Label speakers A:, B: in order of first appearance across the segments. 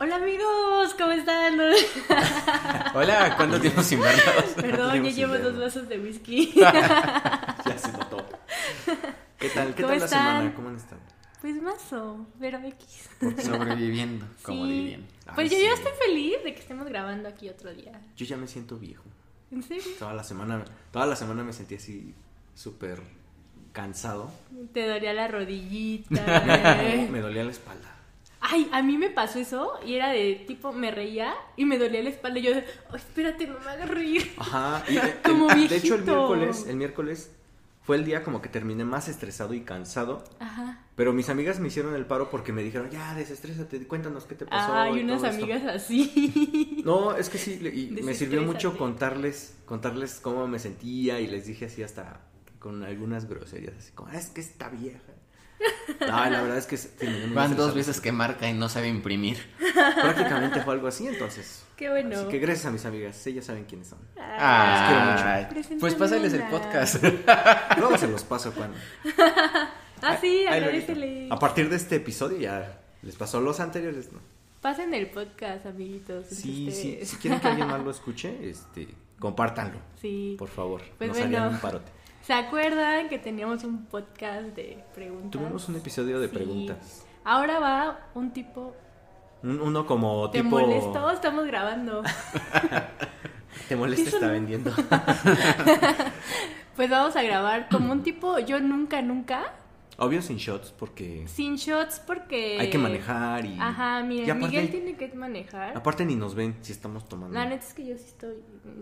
A: Hola amigos, ¿cómo están?
B: Hola, ¿cuánto tiempo sin vernos?
A: Perdón,
B: ¿Cuánto
A: ya
B: tiempo sin
A: llevo dos
B: vernos?
A: vasos de whisky.
B: Ya se notó. ¿Qué tal? ¿Qué
A: ¿Cómo
B: tal la
A: están?
B: semana? ¿Cómo han estado?
A: Pues mazo, pero X.
B: Sobreviviendo, como
A: Pues Sí.
B: dirían. Ay,
A: Pues yo,
B: Ah, sí.
A: yo estoy feliz de que estemos grabando aquí otro día.
B: Yo ya me siento viejo.
A: ¿En serio?
B: Toda la semana, toda la semana me sentí así súper cansado.
A: Te dolía la rodillita. Eh.
B: Me dolía la espalda.
A: Ay, a mí me pasó eso y era de tipo, me reía y me dolía la espalda. Y yo, de, "Ay, espérate, no me hagas reír.
B: Ajá. y-
A: Como
B: el- de hecho, el
A: viejito.
B: miércoles, el miércoles fue el día como que terminé más estresado y cansado.
A: Ajá.
B: Pero mis amigas me hicieron el paro porque me dijeron, ya, desestrésate, cuéntanos qué te pasó.
A: Ay,
B: y
A: unas
B: todo esto".
A: amigas así.
B: No, es que sí, le- y me sirvió mucho
A: Desestrésate.
B: contarles, contarles cómo me sentía y les dije así hasta con algunas groserías, así como, "Ah, es que está vieja. Ay, la verdad es que sí, me- me
C: Van dos
B: estresaba.
C: veces que marca y no sabe imprimir.
B: Prácticamente fue algo así, entonces.
A: Qué bueno.
B: Así que gracias a mis amigas, ellas saben quiénes son.
C: Ah,
A: quiero mucho.
C: pues pásales el
A: Preséntame una.
C: podcast.
B: Luego se los paso cuando.
A: Ah, sí,
B: Ahí luego.
A: agradecele.
B: A partir de este episodio ya les pasó los anteriores, ¿no?
A: Pasen el podcast, amiguitos. entre
B: Sí, sí,
A: ustedes.
B: si quieren que alguien más lo escuche, este, compártanlo,
A: Sí.
B: por favor.
A: Pues
B: nos
A: bueno.
B: harían un parote.
A: ¿Se acuerdan que teníamos un podcast de preguntas?
B: Tuvimos un episodio de
A: Sí.
B: preguntas.
A: Ahora va un tipo.
B: Un- uno como
A: ¿Te
B: tipo.
A: molestó? Estamos grabando.
B: Te molesta,
A: ¿Qué sonó?
B: está vendiendo.
A: Pues vamos a grabar como un tipo yo nunca, nunca.
B: Obvio sin shots porque
A: Sin shots porque.
B: hay que manejar y.
A: Ajá,
B: y
A: mira,
B: aparte,
A: Miguel tiene que manejar.
B: Aparte ni nos ven si estamos tomando.
A: La neta es que yo sí estoy.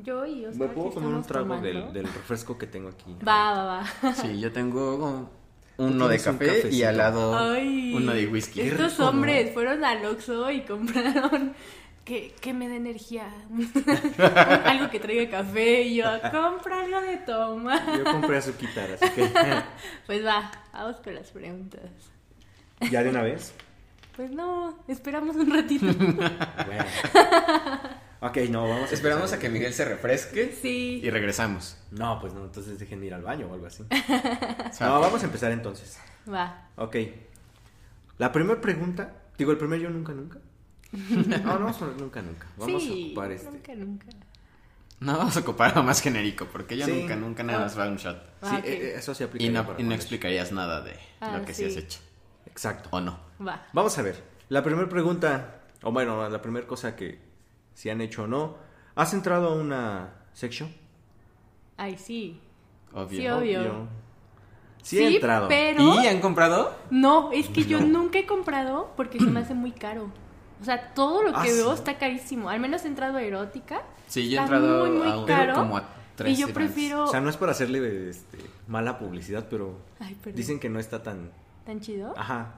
A: Yo y Oscar.
B: ¿Me puedo
A: sí
B: tomar un
A: estamos
B: trago
A: tomando.
B: del, del refresco que tengo aquí?
A: Va, va, va.
C: Sí, yo tengo
B: Tú
C: uno de
B: tienes un
C: café y
B: cafecito.
C: al lado
A: Ay,
C: uno de whisky.
A: Estos
B: rico, ¿no?
A: hombres fueron al Oxxo y compraron que, que me dé energía. Algo que traiga café y yo, compra algo de tomar.
B: Yo compré azuquitar, así que.
A: Pues va, vamos con las preguntas.
B: ¿Ya de una vez?
A: Pues no, esperamos un ratito.
B: Bueno. Ok, no, vamos a.
C: Esperamos
B: empezar.
C: a que Miguel se refresque y
A: Sí.
C: regresamos.
B: No, pues no, entonces dejen ir al baño o algo así.
C: O sea,
B: No, vamos a empezar entonces.
A: Va.
B: Ok. La primera pregunta, digo, el primer yo nunca, nunca. No, no vamos a poner nunca, nunca. Vamos
A: sí,
B: a ocupar este.
A: Nunca, nunca.
C: no vamos a ocupar lo más genérico porque yo
B: Sí.
C: nunca, nunca nada más va un shot.
B: Sí,
A: Ah, ok.
B: eh, eh, eso se aplica.
C: Y no,
B: para
C: y no
B: cuando-
C: explicarías nada de
A: Ah,
C: lo que
A: sí.
C: sí has hecho.
B: Exacto.
C: ¿O no?
A: Va.
B: Vamos a ver. La primera pregunta, o bueno, la primera cosa que si han hecho o no. ¿Has entrado a una section?
A: Ay, sí.
C: Obvio.
A: Sí, obvio.
B: Sí, he entrado.
A: Pero...
C: ¿Y han comprado?
A: No, es que yo
B: No.
A: nunca he comprado porque se me hace muy caro. O sea, todo lo
B: Ah,
A: que veo
B: ¿sí?
A: está carísimo. Al menos he entrado a erótica.
C: Sí, yo he
A: Está
C: entrado
A: muy, muy
C: a un-
A: caro,
C: como a tres
A: y yo
C: events.
A: prefiero.
B: O sea, no es para hacerle este, mala publicidad, pero
A: Ay, perdón.
B: dicen Ah. que no está tan...
A: ¿Tan chido?
B: Ajá.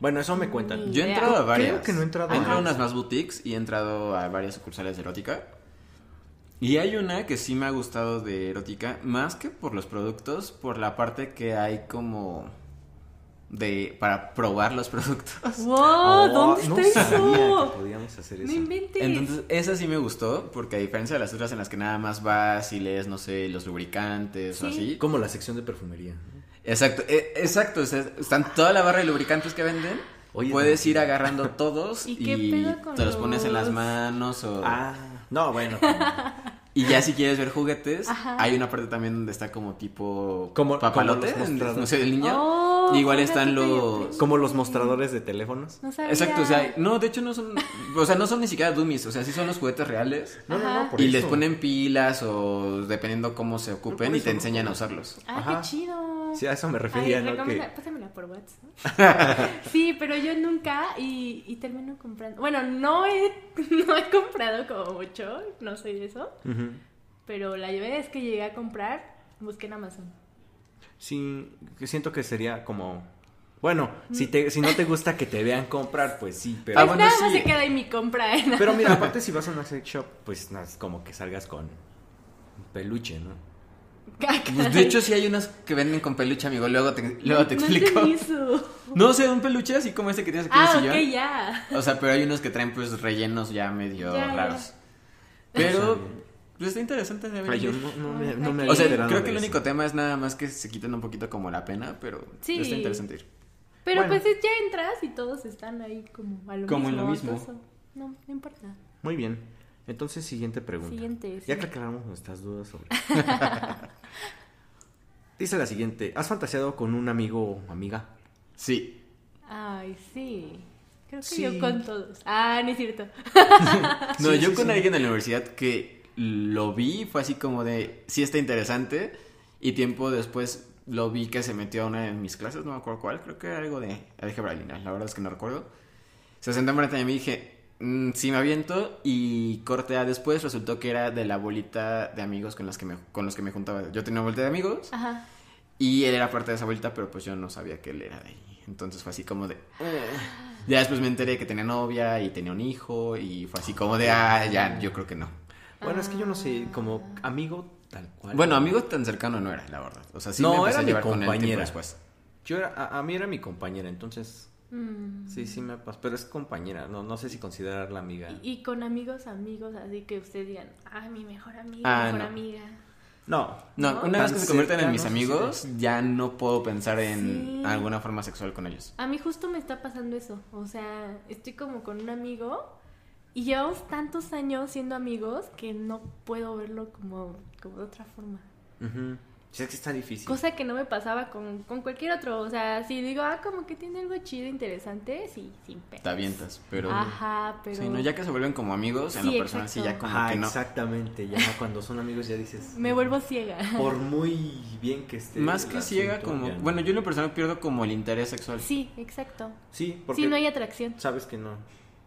B: Bueno, eso me
A: Ni
B: cuentan.
C: Yo he
A: idea.
C: entrado a
A: Creo
C: varias.
B: que no he entrado a
C: entrado a
B: varias.
C: unas más boutiques y he entrado a varias sucursales de erótica. Y hay una que sí me ha gustado de erótica, más que por los productos, por la parte que hay como de para probar los productos.
A: ¡Wow!
B: Oh,
A: Ah, ¿Dónde
B: no
A: está
B: sabía que
A: eso?
B: podíamos hacer eso.
A: No inventes.
C: Entonces, esa sí me gustó, porque a diferencia de las otras en las que nada más vas y lees, no sé, los lubricantes o
A: Sí.
C: así.
B: Como la sección de perfumería.
C: Exacto, e- exacto. o sea, están toda la barra de lubricantes que venden.
B: Oye,
C: Puedes
B: no.
C: ir agarrando todos
A: ¿Y
C: y,
A: qué pedo con
C: te los pones en las
A: los-
C: manos o...
B: Ah, no, bueno. como-
C: Y ya si quieres ver juguetes,
A: Ajá.
C: hay una parte también donde está como tipo
B: Como-
C: papalote,
B: como los mostrados.
C: no sé, del niño.
A: Oh,
C: Igual
A: juguete
C: están
A: que
C: los...
A: yo
B: Como los mostradores de teléfonos.
A: No sabía.
C: Exacto, o sea, no, de hecho no son, o sea, no son ni siquiera dummies, o sea, sí son los juguetes reales.
B: No, no,
A: Ajá.
B: no, por
C: y
B: eso.
C: les ponen pilas o dependiendo cómo se ocupen
B: por
C: y
B: eso,
C: te
B: ¿no?
C: enseñan a usarlos.
A: Ah,
B: Ajá.
A: qué chido.
B: Sí, a eso me
A: Ay,
B: refería, ¿no?
A: recomienda-
B: Que...
A: pásamela por WhatsApp. sí, pero yo nunca y, y termino comprando. Bueno, no he, no he comprado como mucho, no soy de eso.
B: Ujú.
A: Pero la vez que llegué a comprar, busqué en Amazon.
B: Sí, que siento que sería como... Bueno, si, te, si no te gusta que te vean comprar, pues sí, pero...
C: Ah,
A: pues
C: bueno,
A: nada más
C: sí.
A: se queda en mi compra. ¿eh?
B: Pero mira, aparte si vas a una sex shop, pues no, es como que salgas con un peluche, ¿no?
C: Pues, de hecho sí hay unas que venden con peluche, amigo, luego te, luego te
A: No
C: explico.
A: entendí eso.
C: No, o sea, un peluche así como este que tienes aquí en el
A: Ah,
C: sillón.
A: ok, ya.
C: O sea, pero hay unos que traen pues rellenos ya medio
A: Ya, ya.
C: raros.
B: No
C: Pero
B: sabía.
C: pues, está interesante de ver.
B: Ay, yo no, no me, no me
C: O sea,
B: había enterado
C: creo
B: de
C: que el
B: eso.
C: único tema es nada más que se quiten un poquito como la pena, pero
A: Sí.
C: está interesante ir.
A: Pero
B: Bueno.
A: pues ya entras y todos están ahí como a lo
C: Como en lo
A: mismo.
C: mismo.
A: todo eso. No, no importa.
B: Muy bien. Entonces, siguiente pregunta.
A: Siguiente. sí.
B: Ya que aclaramos nuestras dudas sobre. Dice la siguiente: ¿Has fantaseado con un amigo o amiga?
C: Sí.
A: Ay, sí. Creo que
B: Sí.
A: yo con todos. Ah, no es cierto.
C: No,
B: Ah, Sí,
C: yo
B: sí,
C: con
B: sí.
C: alguien en la universidad que lo vi, fue así como de, sí está interesante, y tiempo después lo vi que se metió a una de mis clases, no me acuerdo cuál, creo que era algo de álgebra lineal, la verdad es que no recuerdo. Se sentó enfrente de mí y dije, "Mm, sí me aviento, y corte a después resultó que era de la bolita de amigos con, las que me, con los que me juntaba. Yo tenía una bolita de amigos,
A: Ajá.
C: y él era parte de esa vuelta, pero pues yo no sabía que él era de ahí. Entonces fue así como de. "Eh". Ya después me enteré que tenía novia y tenía un hijo. Y fue así como de. Ah, ya, yo creo que no.
B: Bueno, es que yo no sé,
A: Ah.
B: como amigo tal cual.
C: Bueno, amigo tan cercano no era, la verdad. O sea, sí
B: No,
C: me empecé
B: era
C: a
B: mi
C: llevar con él tiempo
B: compañera.
C: después.
B: Yo era- a, a mí era mi compañera, entonces.
A: Mm.
B: Sí, sí me pasó. Pero es compañera, no, no sé si considerarla amiga.
A: Y, y con amigos, amigos, así que ustedes digan, ah, mi mejor amiga,
C: Ah,
A: mejor
C: no.
A: amiga.
B: No.
C: No,
A: ¿No?
C: una vez que
B: Tan
C: se convierten en mis
B: cercanos,
C: amigos, ya no puedo pensar en
A: Sí.
C: alguna forma sexual con ellos.
A: A mí justo me está pasando eso. O sea, estoy como con un amigo y llevamos tantos años siendo amigos que no puedo verlo como, como de otra forma.
B: Ujú. Sí, es que está difícil.
A: Cosa que no me pasaba con, con cualquier otro. O sea, si digo, ah, como que tiene algo chido, interesante, sí, sin
C: Te
A: pena.
C: avientas, pero.
A: Ajá, Ah, pero.
C: Sí, no, ya que se vuelven como amigos, en
A: Sí,
C: lo personal sí
A: exacto.
C: ya como
B: Ajá,
C: que no.
B: Ah, exactamente. Ya cuando son amigos ya dices.
A: Me vuelvo ciega.
B: Por muy bien que esté.
C: Más
B: el
C: que ciega,
B: asunto,
C: como.
B: ya no.
C: Bueno, yo en lo personal pierdo como el interés sexual.
A: Sí, exacto.
B: Sí, porque
A: Sí, no hay atracción.
B: sabes que no.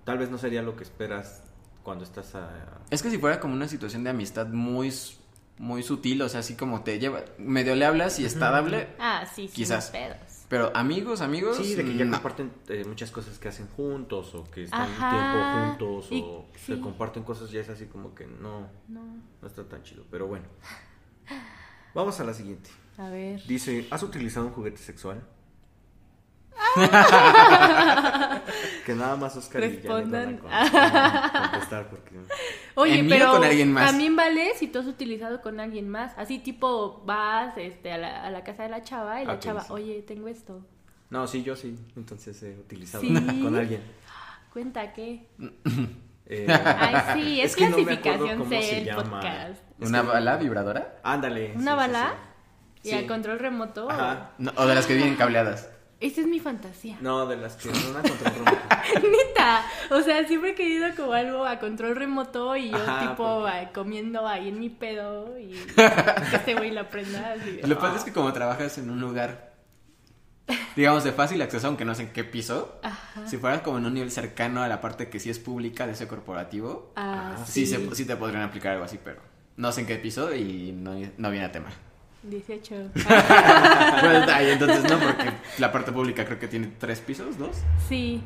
B: Tal vez no sería lo que esperas cuando estás a.
C: Es que si fuera como una situación de amistad muy, s- muy sutil, o sea, así como te lleva, medio le hablas y está dable,
A: Ah, sí, sí.
C: Quizás.
A: Pedos.
C: pero amigos, amigos. mm,
B: Sí, de que ya
C: no.
B: comparten eh, muchas cosas que hacen juntos o que están
A: Ajá,
B: tiempo juntos
A: y-
B: o
A: sí.
B: se comparten cosas, ya es así como que no,
A: No.
B: no está tan chido. Pero bueno, vamos a la siguiente.
A: A ver.
B: Dice, ¿has utilizado un juguete sexual? que nada más Oscar y
A: Respondan.
B: Janet van a con- contestar porque...
A: Oye,
C: En mí o
A: pero
C: con alguien más.
A: también vale si tú has utilizado con alguien más. Así tipo vas este, a, la, a la casa de la chava y la
B: Ok,
A: chava,
B: sí.
A: oye, tengo esto.
B: No, sí, yo sí, entonces he utilizado
A: ¿Sí?
B: con alguien.
A: Cuenta qué.
B: Eh,
A: Ay, sí, es,
B: que no me acuerdo
A: clasificación
B: cómo se
A: del
B: llama.
A: podcast.
C: ¿Una bala vibradora?
B: Ándale. sí,
A: ¿Una
B: sí,
A: bala? Oh.
B: sí.
A: Y
B: Sí.
A: a control remoto.
B: Ajá.
C: No, o de las que vienen cableadas.
A: Esa es mi fantasía.
B: No, de las que una contra otra.
A: Neta. O sea, siempre he querido como algo a control remoto y yo
B: Ajá,
A: tipo
B: porque-
A: ah, comiendo ahí en mi pedo y que este güey la prenda. así de, "Ah,
C: Lo que pasa es que como trabajas en un lugar, digamos, de fácil acceso, aunque no sé en qué piso, si fueras como en un nivel cercano a la parte que sí es pública de ese corporativo,
A: Ah,
B: Ah,
C: sí,
A: sí.
C: se- sí te podrían aplicar algo así, pero no sé en qué piso y no, no viene a tema.
A: 18.
C: Pues, ay, entonces no, porque la parte pública creo que tiene tres pisos, dos.
A: Sí.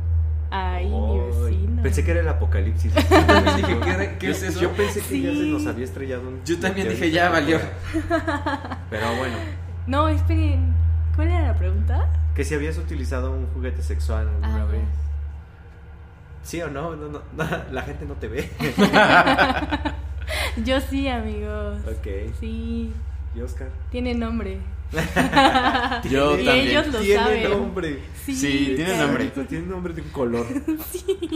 A: Ay, mi
B: Ay,
A: vecino.
B: Pensé que era el apocalipsis. Yo
C: también dije, ¿qué- qué es
B: yo-
C: eso?
B: Yo pensé que ya se
A: Sí.
B: nos había estrellado un.
C: Yo también
B: meteorito
C: dije, ya
B: por
C: valió.
B: fuera. Pero bueno,
A: No, esperen. ¿Cuál era la pregunta?
B: que si habías utilizado un juguete sexual alguna
A: Ah,
B: vez. ¿Sí o no? No, no, no, La gente no te ve.
A: Yo sí, amigos.
B: ok.
A: Sí,
B: ¿Y Oscar?
A: tiene nombre.
C: Yo
A: y
C: también.
A: Ah, ellos lo
B: Tiene
A: saben.
B: nombre.
A: Sí,
C: Sí, tiene
A: claro.
C: nombre.
B: Exacto, Tiene nombre de un color.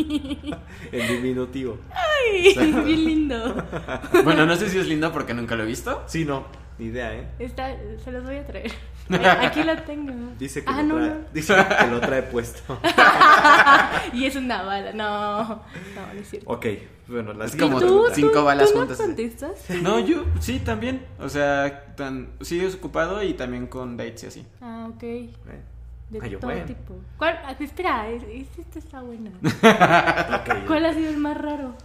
B: El diminutivo.
A: Ay, bien lindo.
C: Bueno, no sé si es lindo porque nunca lo he visto.
B: Sí, no. Ni idea, ¿eh?
A: Está, se los voy a traer. Aquí lo tengo.
B: Dice que,
A: ah,
B: lo,
A: no,
B: trae,
A: no.
B: dice que lo trae puesto.
A: Y es una bala. No, no, no es cierto.
B: Ok, bueno, las
C: Es como
A: ¿Y tú?
C: cinco
A: ¿Tú-
C: balas
A: ¿tú
C: juntas.
A: No contestas?
C: No, yo sí también. O sea, tan, sí es ocupado y también con dates y así.
A: Ah, ok.
B: Eh,
A: De
B: Ah, yo,
A: todo
B: bueno.
A: tipo. ¿Cuál? Ah, Espera, es- es- esta está buena.
B: ok.
A: ¿Cuál ha sido el más raro?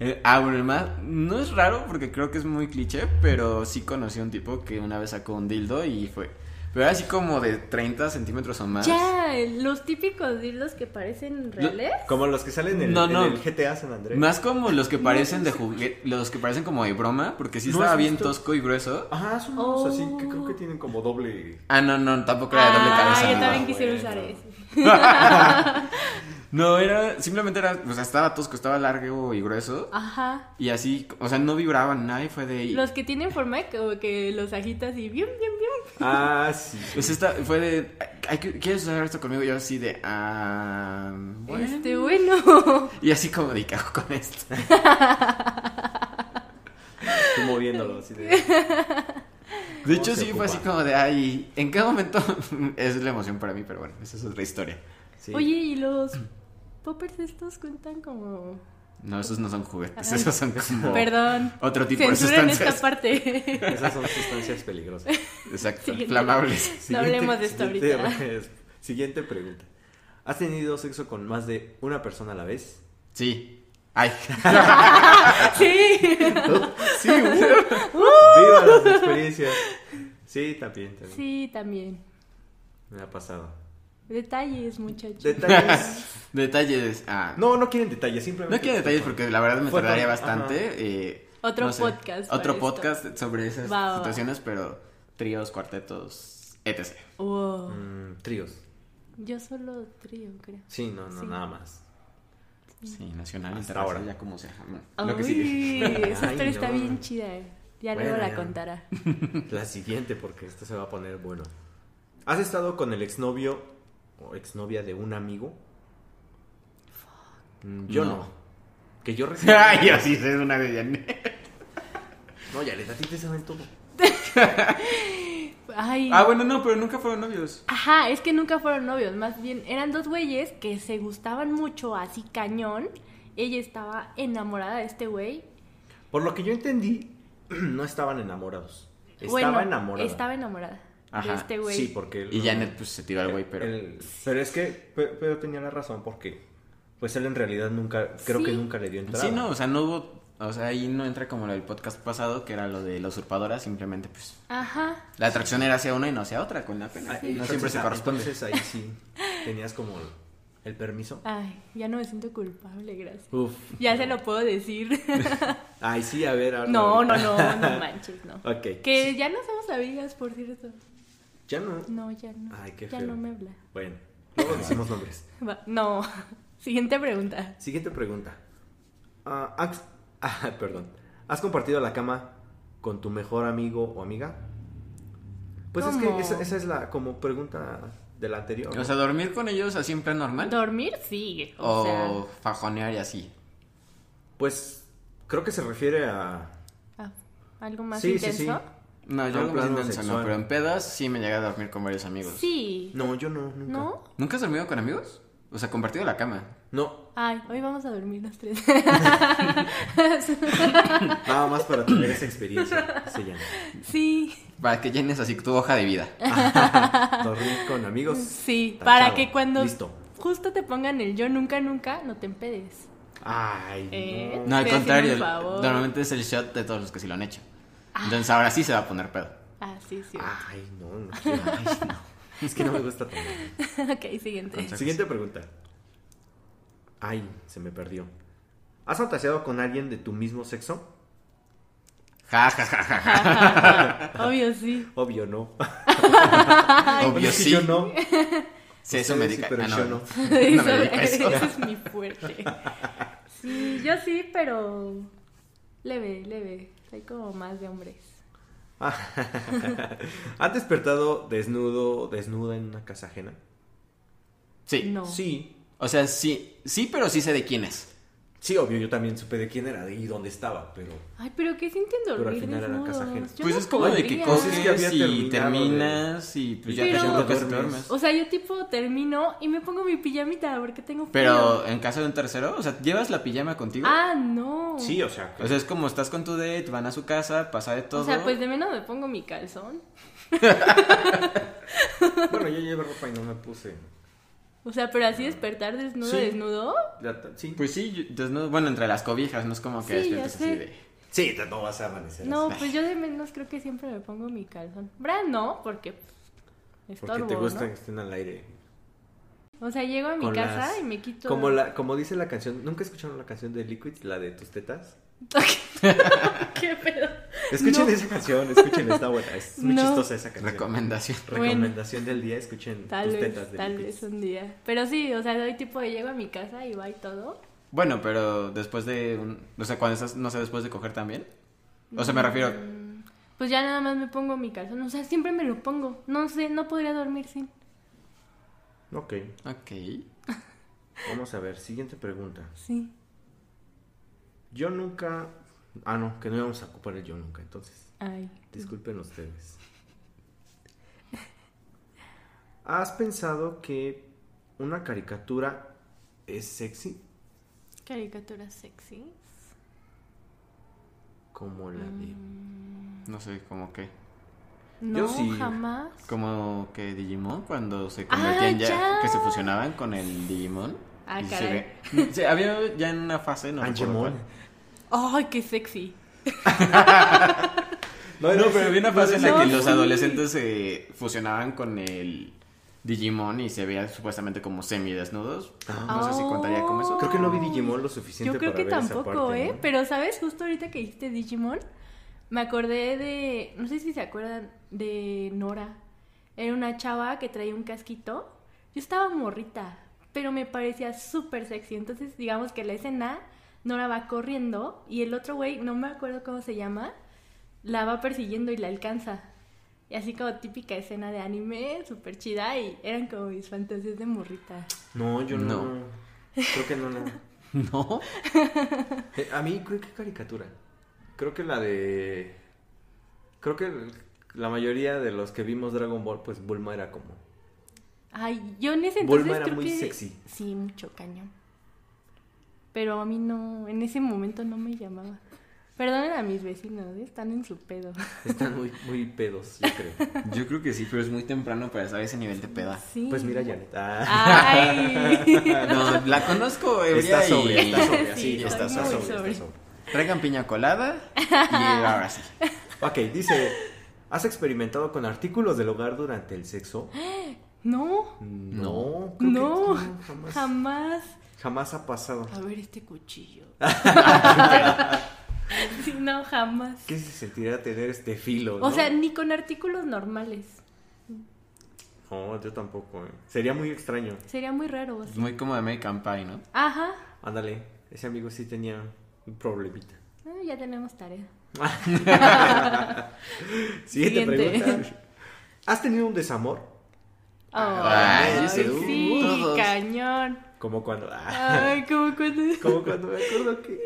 C: Eh, ah, bueno, el más- no es raro porque creo que es muy cliché, pero sí conocí a un tipo que una vez sacó un dildo y fue. Pero era así como de 30 centímetros o más.
A: Ya, los típicos dildos que parecen reales.
B: Como los que salen en, el-
C: No,
B: en
C: no.
B: el GTA San Andrés.
C: Más como los que parecen de juguete, los que parecen como de broma, porque sí
B: ¿No
C: estaba
B: has
C: bien
B: visto?
C: tosco y grueso.
B: Ajá, son unos
A: Oh.
B: así que creo que tienen como doble.
C: Ah, no, no, tampoco era de doble
A: ah,
C: cabeza.
A: yo
C: no.
A: también
B: Ah,
A: quisiera
B: bueno.
A: usar ese.
C: No, era, simplemente era, o sea, estaba tosco, estaba largo y grueso.
A: Ajá.
C: Y así, o sea, no vibraban nada y fue de...
A: Los que tienen forma de como que los agitas y bien, bien, bien.
B: Ah, sí.
C: Pues esta fue de... "Ay, ay, ¿Quieres usar esto conmigo? Yo así de... Ah, bueno.
A: este, bueno.
C: Y así como de cago con esto.
B: Tú moviéndolo así de.
C: De hecho,
B: se
C: sí fue
B: ocupa?
C: así como de, ay, ¿en qué momento? es la emoción para mí, pero bueno, esa es otra historia.
B: Sí.
A: Oye, ¿y los poppers estos cuentan como...?
C: No, esos no son juguetes,
A: Ay.
C: esos son como
A: Perdón.
C: otro tipo de
A: Censuren
C: sustancias.
A: esta parte.
B: Esas son sustancias peligrosas.
C: Exacto,
A: Siguiente.
C: inflamables.
A: No hablemos de esto
B: siguiente-
A: ahorita.
B: Siguiente pregunta. ¿Has tenido sexo con más de una persona a la vez?
C: Sí. Ay,
A: sí.
B: Sí, uh. viva las experiencias. Sí, también, también.
A: Sí, también.
B: Me ha pasado.
A: Detalles, muchachos.
B: Detalles.
C: detalles. Ah, no,
B: No, no quieren detalles, simplemente.
C: quiero detalles porque la verdad me
B: Fue
C: tardaría
B: tan-
C: bastante. eh,
A: Otro
C: no sé,
A: podcast para
C: Otro
A: esto.
C: podcast sobre esas
A: Va, va, va.
C: situaciones, pero tríos, cuartetos, etc.
A: Wow.
B: Mm, tríos.
A: Yo solo trío, creo.
B: Sí, no, no,
A: Sí.
B: nada más.
C: Sí, nacional,
B: Hasta
C: internacional,
B: ahora.
C: ya como sea.
B: Lo que
A: Uy,
B: sigue.
A: esa
B: Ay,
A: historia está
B: no.
A: bien chida. eh. Ya luego
B: Bueno,
A: la
B: ya.
A: contará.
B: La siguiente, porque esto se va a poner bueno. ¿Has estado con el exnovio o exnovia de un amigo? Mm, Yo no.
C: No.
B: Que yo recién.
C: Ay, así es una de
B: No, ya le da te saben todo.
A: Ay.
C: Ah, bueno, no, pero nunca fueron novios.
A: Ajá, es que nunca fueron novios, más bien eran dos güeyes que se gustaban mucho, así cañón. Ella estaba enamorada de este güey.
B: Por lo que yo entendí, no estaban enamorados. Estaba
A: Bueno,
B: enamorada.
A: Estaba enamorada
C: Ajá,
A: de este güey.
B: Sí, porque.
C: Y
B: no-
C: Janet, pues se tiró al güey, pero.
B: El- pero es que Pe- Pedro tenía la razón porque pues él en realidad nunca, creo
A: Sí.
B: que nunca le dio entrada. Ah,
C: Sí, no, o sea, no hubo. O sea, ahí no entra como lo del podcast pasado, que era lo de la usurpadora, simplemente pues.
A: Ajá.
C: La atracción era hacia una y no hacia otra, con la
B: Ah,
C: pena. No
B: entonces,
C: siempre se
B: ah,
C: corresponde.
B: Entonces ahí sí tenías como el, el permiso.
A: Ay, ya no me siento culpable, gracias.
B: Uf.
A: Ya se lo puedo decir.
B: Ay, sí, a ver. ahora-
A: no, no, no, no manches, no.
B: Ok.
A: Que ya no somos amigas, por cierto.
B: Ya no.
A: No, ya no.
B: Ay, qué
A: ya
B: feo.
A: no me habla.
B: Bueno, luego decimos nombres.
A: Va- No. Siguiente pregunta.
B: Siguiente pregunta. Ah, has- ah, perdón. ¿Has compartido la cama con tu mejor amigo o amiga? Pues es
A: ¿Cómo?
B: que esa, esa es la como pregunta de la anterior.
C: O sea, dormir con ellos así en plan normal.
A: Dormir sí, o,
B: Oh.
C: o
A: sea,
C: fajonear y así.
B: pues creo que se refiere a
A: ah, algo más
B: Sí, sí,
A: intenso.
B: sí.
C: No, yo
B: Ah,
C: algo
B: pues,
C: más
B: no,
C: intenso, no,
B: sexual.
C: pero en pedas sí me llegué a dormir con varios amigos.
A: Sí.
B: No, yo no, nunca.
A: ¿No?
C: ¿Nunca has dormido con amigos? O sea, compartido la cama.
B: No,
A: Ay, hoy vamos a dormir los tres.
B: nada más para tener esa experiencia. Se llama.
A: sí,
C: Para que llenes así tu hoja de vida.
B: Dormir con amigos.
A: sí.
B: tachado,
A: Para que cuando
B: Listo.
A: justo te pongan el yo nunca, nunca, no te empedes.
B: Ay,
A: Eh.
C: No, al
A: Estoy haciendo
C: contrario.
A: un favor.
C: Normalmente es el shot de todos los que sí lo han hecho. Entonces ahora sí se va a poner pedo.
A: Ah, sí, sí.
B: no. Ay, no, no quiero. Ay, no. Es que no me gusta tomar.
A: ok, siguiente.
C: Consejos.
B: Siguiente pregunta. Ay, se me perdió. ¿Has fantaseado con alguien de tu mismo sexo?
C: Ja, ja, ja, ja.
A: Obvio, sí.
B: Obvio no.
C: Obvio
B: Es que
C: sí.
B: Yo no.
C: Sí, eso
B: Ustedes
C: me
B: sí,
C: dedica.
B: pero
C: ah, no.
B: yo no.
C: No me
A: Eso-
C: dedica a eso.
A: ese es mi fuerte. Sí, yo sí, pero leve, leve. Soy como más de hombres.
B: ¿Has despertado desnudo, desnuda en una casa ajena?
C: Sí.
A: No.
B: Eh, Sí.
C: O sea, sí, sí, pero sí sé de quién es.
B: Sí, obvio, yo también supe de quién era y dónde estaba, pero
A: Ay, pero ¿qué sienten
B: al
A: dormir
B: final era
A: desnudos?
B: casa ajena.
A: Yo
C: pues
A: no
C: es como de que
A: podría. ¿eh?
B: Pues
C: coges
B: es que había terminado
C: y
B: de-
C: terminas y pues ya
A: Pero-
C: te llevas a casa y te
B: Duermes.
C: duermes.
A: O sea, yo tipo termino y me pongo mi pijamita porque tengo frío.
C: Pero en caso de un tercero, o sea, ¿llevas la pijama contigo?
A: Ah, no.
B: sí, o sea, que-
C: O sea, es como estás con tu date, van a su casa, pasa de todo.
A: O sea, pues de menos me pongo mi calzón.
B: bueno, yo llevé ropa y no me puse.
A: O sea, pero así despertar desnudo,
B: Ah. Sí.
A: desnudo.
B: la ta- Sí,
C: Pues sí, yo- desnudo- bueno, entre las cobijas, no es como que
A: Sí, ya
C: despiertes así
A: sé.
C: de...
B: sí, te- no vas a amanecer.
A: No,
B: así.
A: pues yo de menos creo que siempre me pongo mi calzón. Bra, no, porque pues, estorbo,
B: porque te gusta
A: ¿no?
B: que estén al aire.
A: O sea, llego a mi
B: Con
A: casa
B: las-
A: y me quito.
B: Como la, como dice la canción, ¿nunca escucharon la canción de Liquid, la de tus tetas?
A: ¿Qué pedo?
B: Escuchen
A: No.
B: esa canción, escuchen, está buena, es muy
A: No.
B: chistosa esa canción.
C: Recomendación.
A: Bueno.
B: Recomendación del día, escuchen
A: Tal
B: tus
A: vez,
B: tetas de
A: tal
B: Liquid.
A: vez un día. Pero sí, o sea, doy tipo de llego a mi casa y va y todo.
C: Bueno, pero después de... un- O sea, cuando estás, no sé, después de coger también. O sea, me refiero...
A: Mm, Pues ya nada más me pongo mi calzón. O sea, siempre me lo pongo. No sé, no podría dormir sin.
B: Ok,
C: Ok.
B: vamos Vamos a ver, siguiente pregunta.
A: Sí.
B: Yo nunca. Ah, no, que no íbamos a ocupar el yo nunca, entonces.
A: Ay.
B: Disculpen ustedes. ¿Has pensado que una caricatura es sexy?
A: Caricaturas sexy.
B: Como la de.
A: Mm.
C: No sé, como que.
A: No,
B: Yo sí.
A: jamás.
C: Como que Digimon, cuando se convertían ya,
A: Ah, ya.
C: Que se fusionaban con el Digimon.
A: Ah,
C: y se
A: caray.
C: ve- Sí, había ya en una fase, no recuerdo
B: Angemon.
C: cuál.
A: ¡Ay, qué sexy!
C: No, pero había una fase en la
A: No,
C: que los
A: sí.
C: adolescentes se fusionaban con el Digimon y se veían supuestamente como semi desnudos.
B: Ah,
C: No sé si contaría como eso.
B: Creo que no vi Digimon lo suficiente
A: Yo creo
B: para
A: que
B: ver esa
A: tampoco,
B: parte,
A: ¿eh?
B: ¿no?
A: Pero, ¿sabes? Justo ahorita que dijiste Digimon, me acordé de. No sé si se acuerdan de Nora. Era una chava que traía un casquito. Yo estaba morrita, pero me parecía súper sexy. Entonces, digamos que la escena, Nora va corriendo y el otro güey, no me acuerdo cómo se llama, la va persiguiendo y la alcanza. Y así como típica escena de anime, súper chida, y eran como mis fantasías de morrita.
B: No, yo no.
C: No.
B: Creo que no, no.
C: No.
B: Eh, A mí, creo que caricatura. Creo que la de. Creo que la mayoría de los que vimos Dragon Ball, pues Bulma era como.
A: Ay, yo en ese
B: Bulma
A: entonces
B: era
A: creo
B: muy
A: que-
B: sexy.
A: Sí, mucho cañón. Pero a mí no, en ese momento no me llamaba. Perdonen a mis vecinos, ¿eh? están en su pedo.
B: Están muy, muy pedos, yo creo.
C: Yo creo que sí, pero es muy temprano para saber ese nivel de peda.
A: Sí.
B: Pues mira, Janet. Ah.
A: Ay.
C: Ah, No, la conozco ebria
B: Está sobria,
C: y-
B: está sobria, sí,
A: Ah, Sí,
B: no,
A: está
B: está,
A: muy
B: sobria,
A: sobria.
B: está sobria.
C: Traigan piña colada y ahora sí.
B: Ok, dice, ¿has experimentado con artículos del hogar durante el sexo?
A: No,
B: No, creo que
A: no,
B: jamás,
A: jamás.
B: jamás ha pasado.
A: A ver este cuchillo. sí, no, jamás.
B: ¿Qué se sentirá tener este filo?
A: O
B: no?
A: sea, ni con artículos normales.
B: no, yo tampoco. eh. Sería muy extraño.
A: Sería muy raro. o sea.
C: Muy como American Pie, ¿no?
A: Ajá,
B: Ándale, ese amigo sí tenía un problemita.
A: Ah, ya tenemos tarea.
B: Siguiente,
A: Siguiente.
B: pregunta. ¿Has tenido un desamor?
A: Ay,
C: Ay,
B: ese-
A: sí,
C: Ah, todos.
A: cañón.
B: Como cuando. ah,
A: Ay, como cuando
B: como cuando me acuerdo que.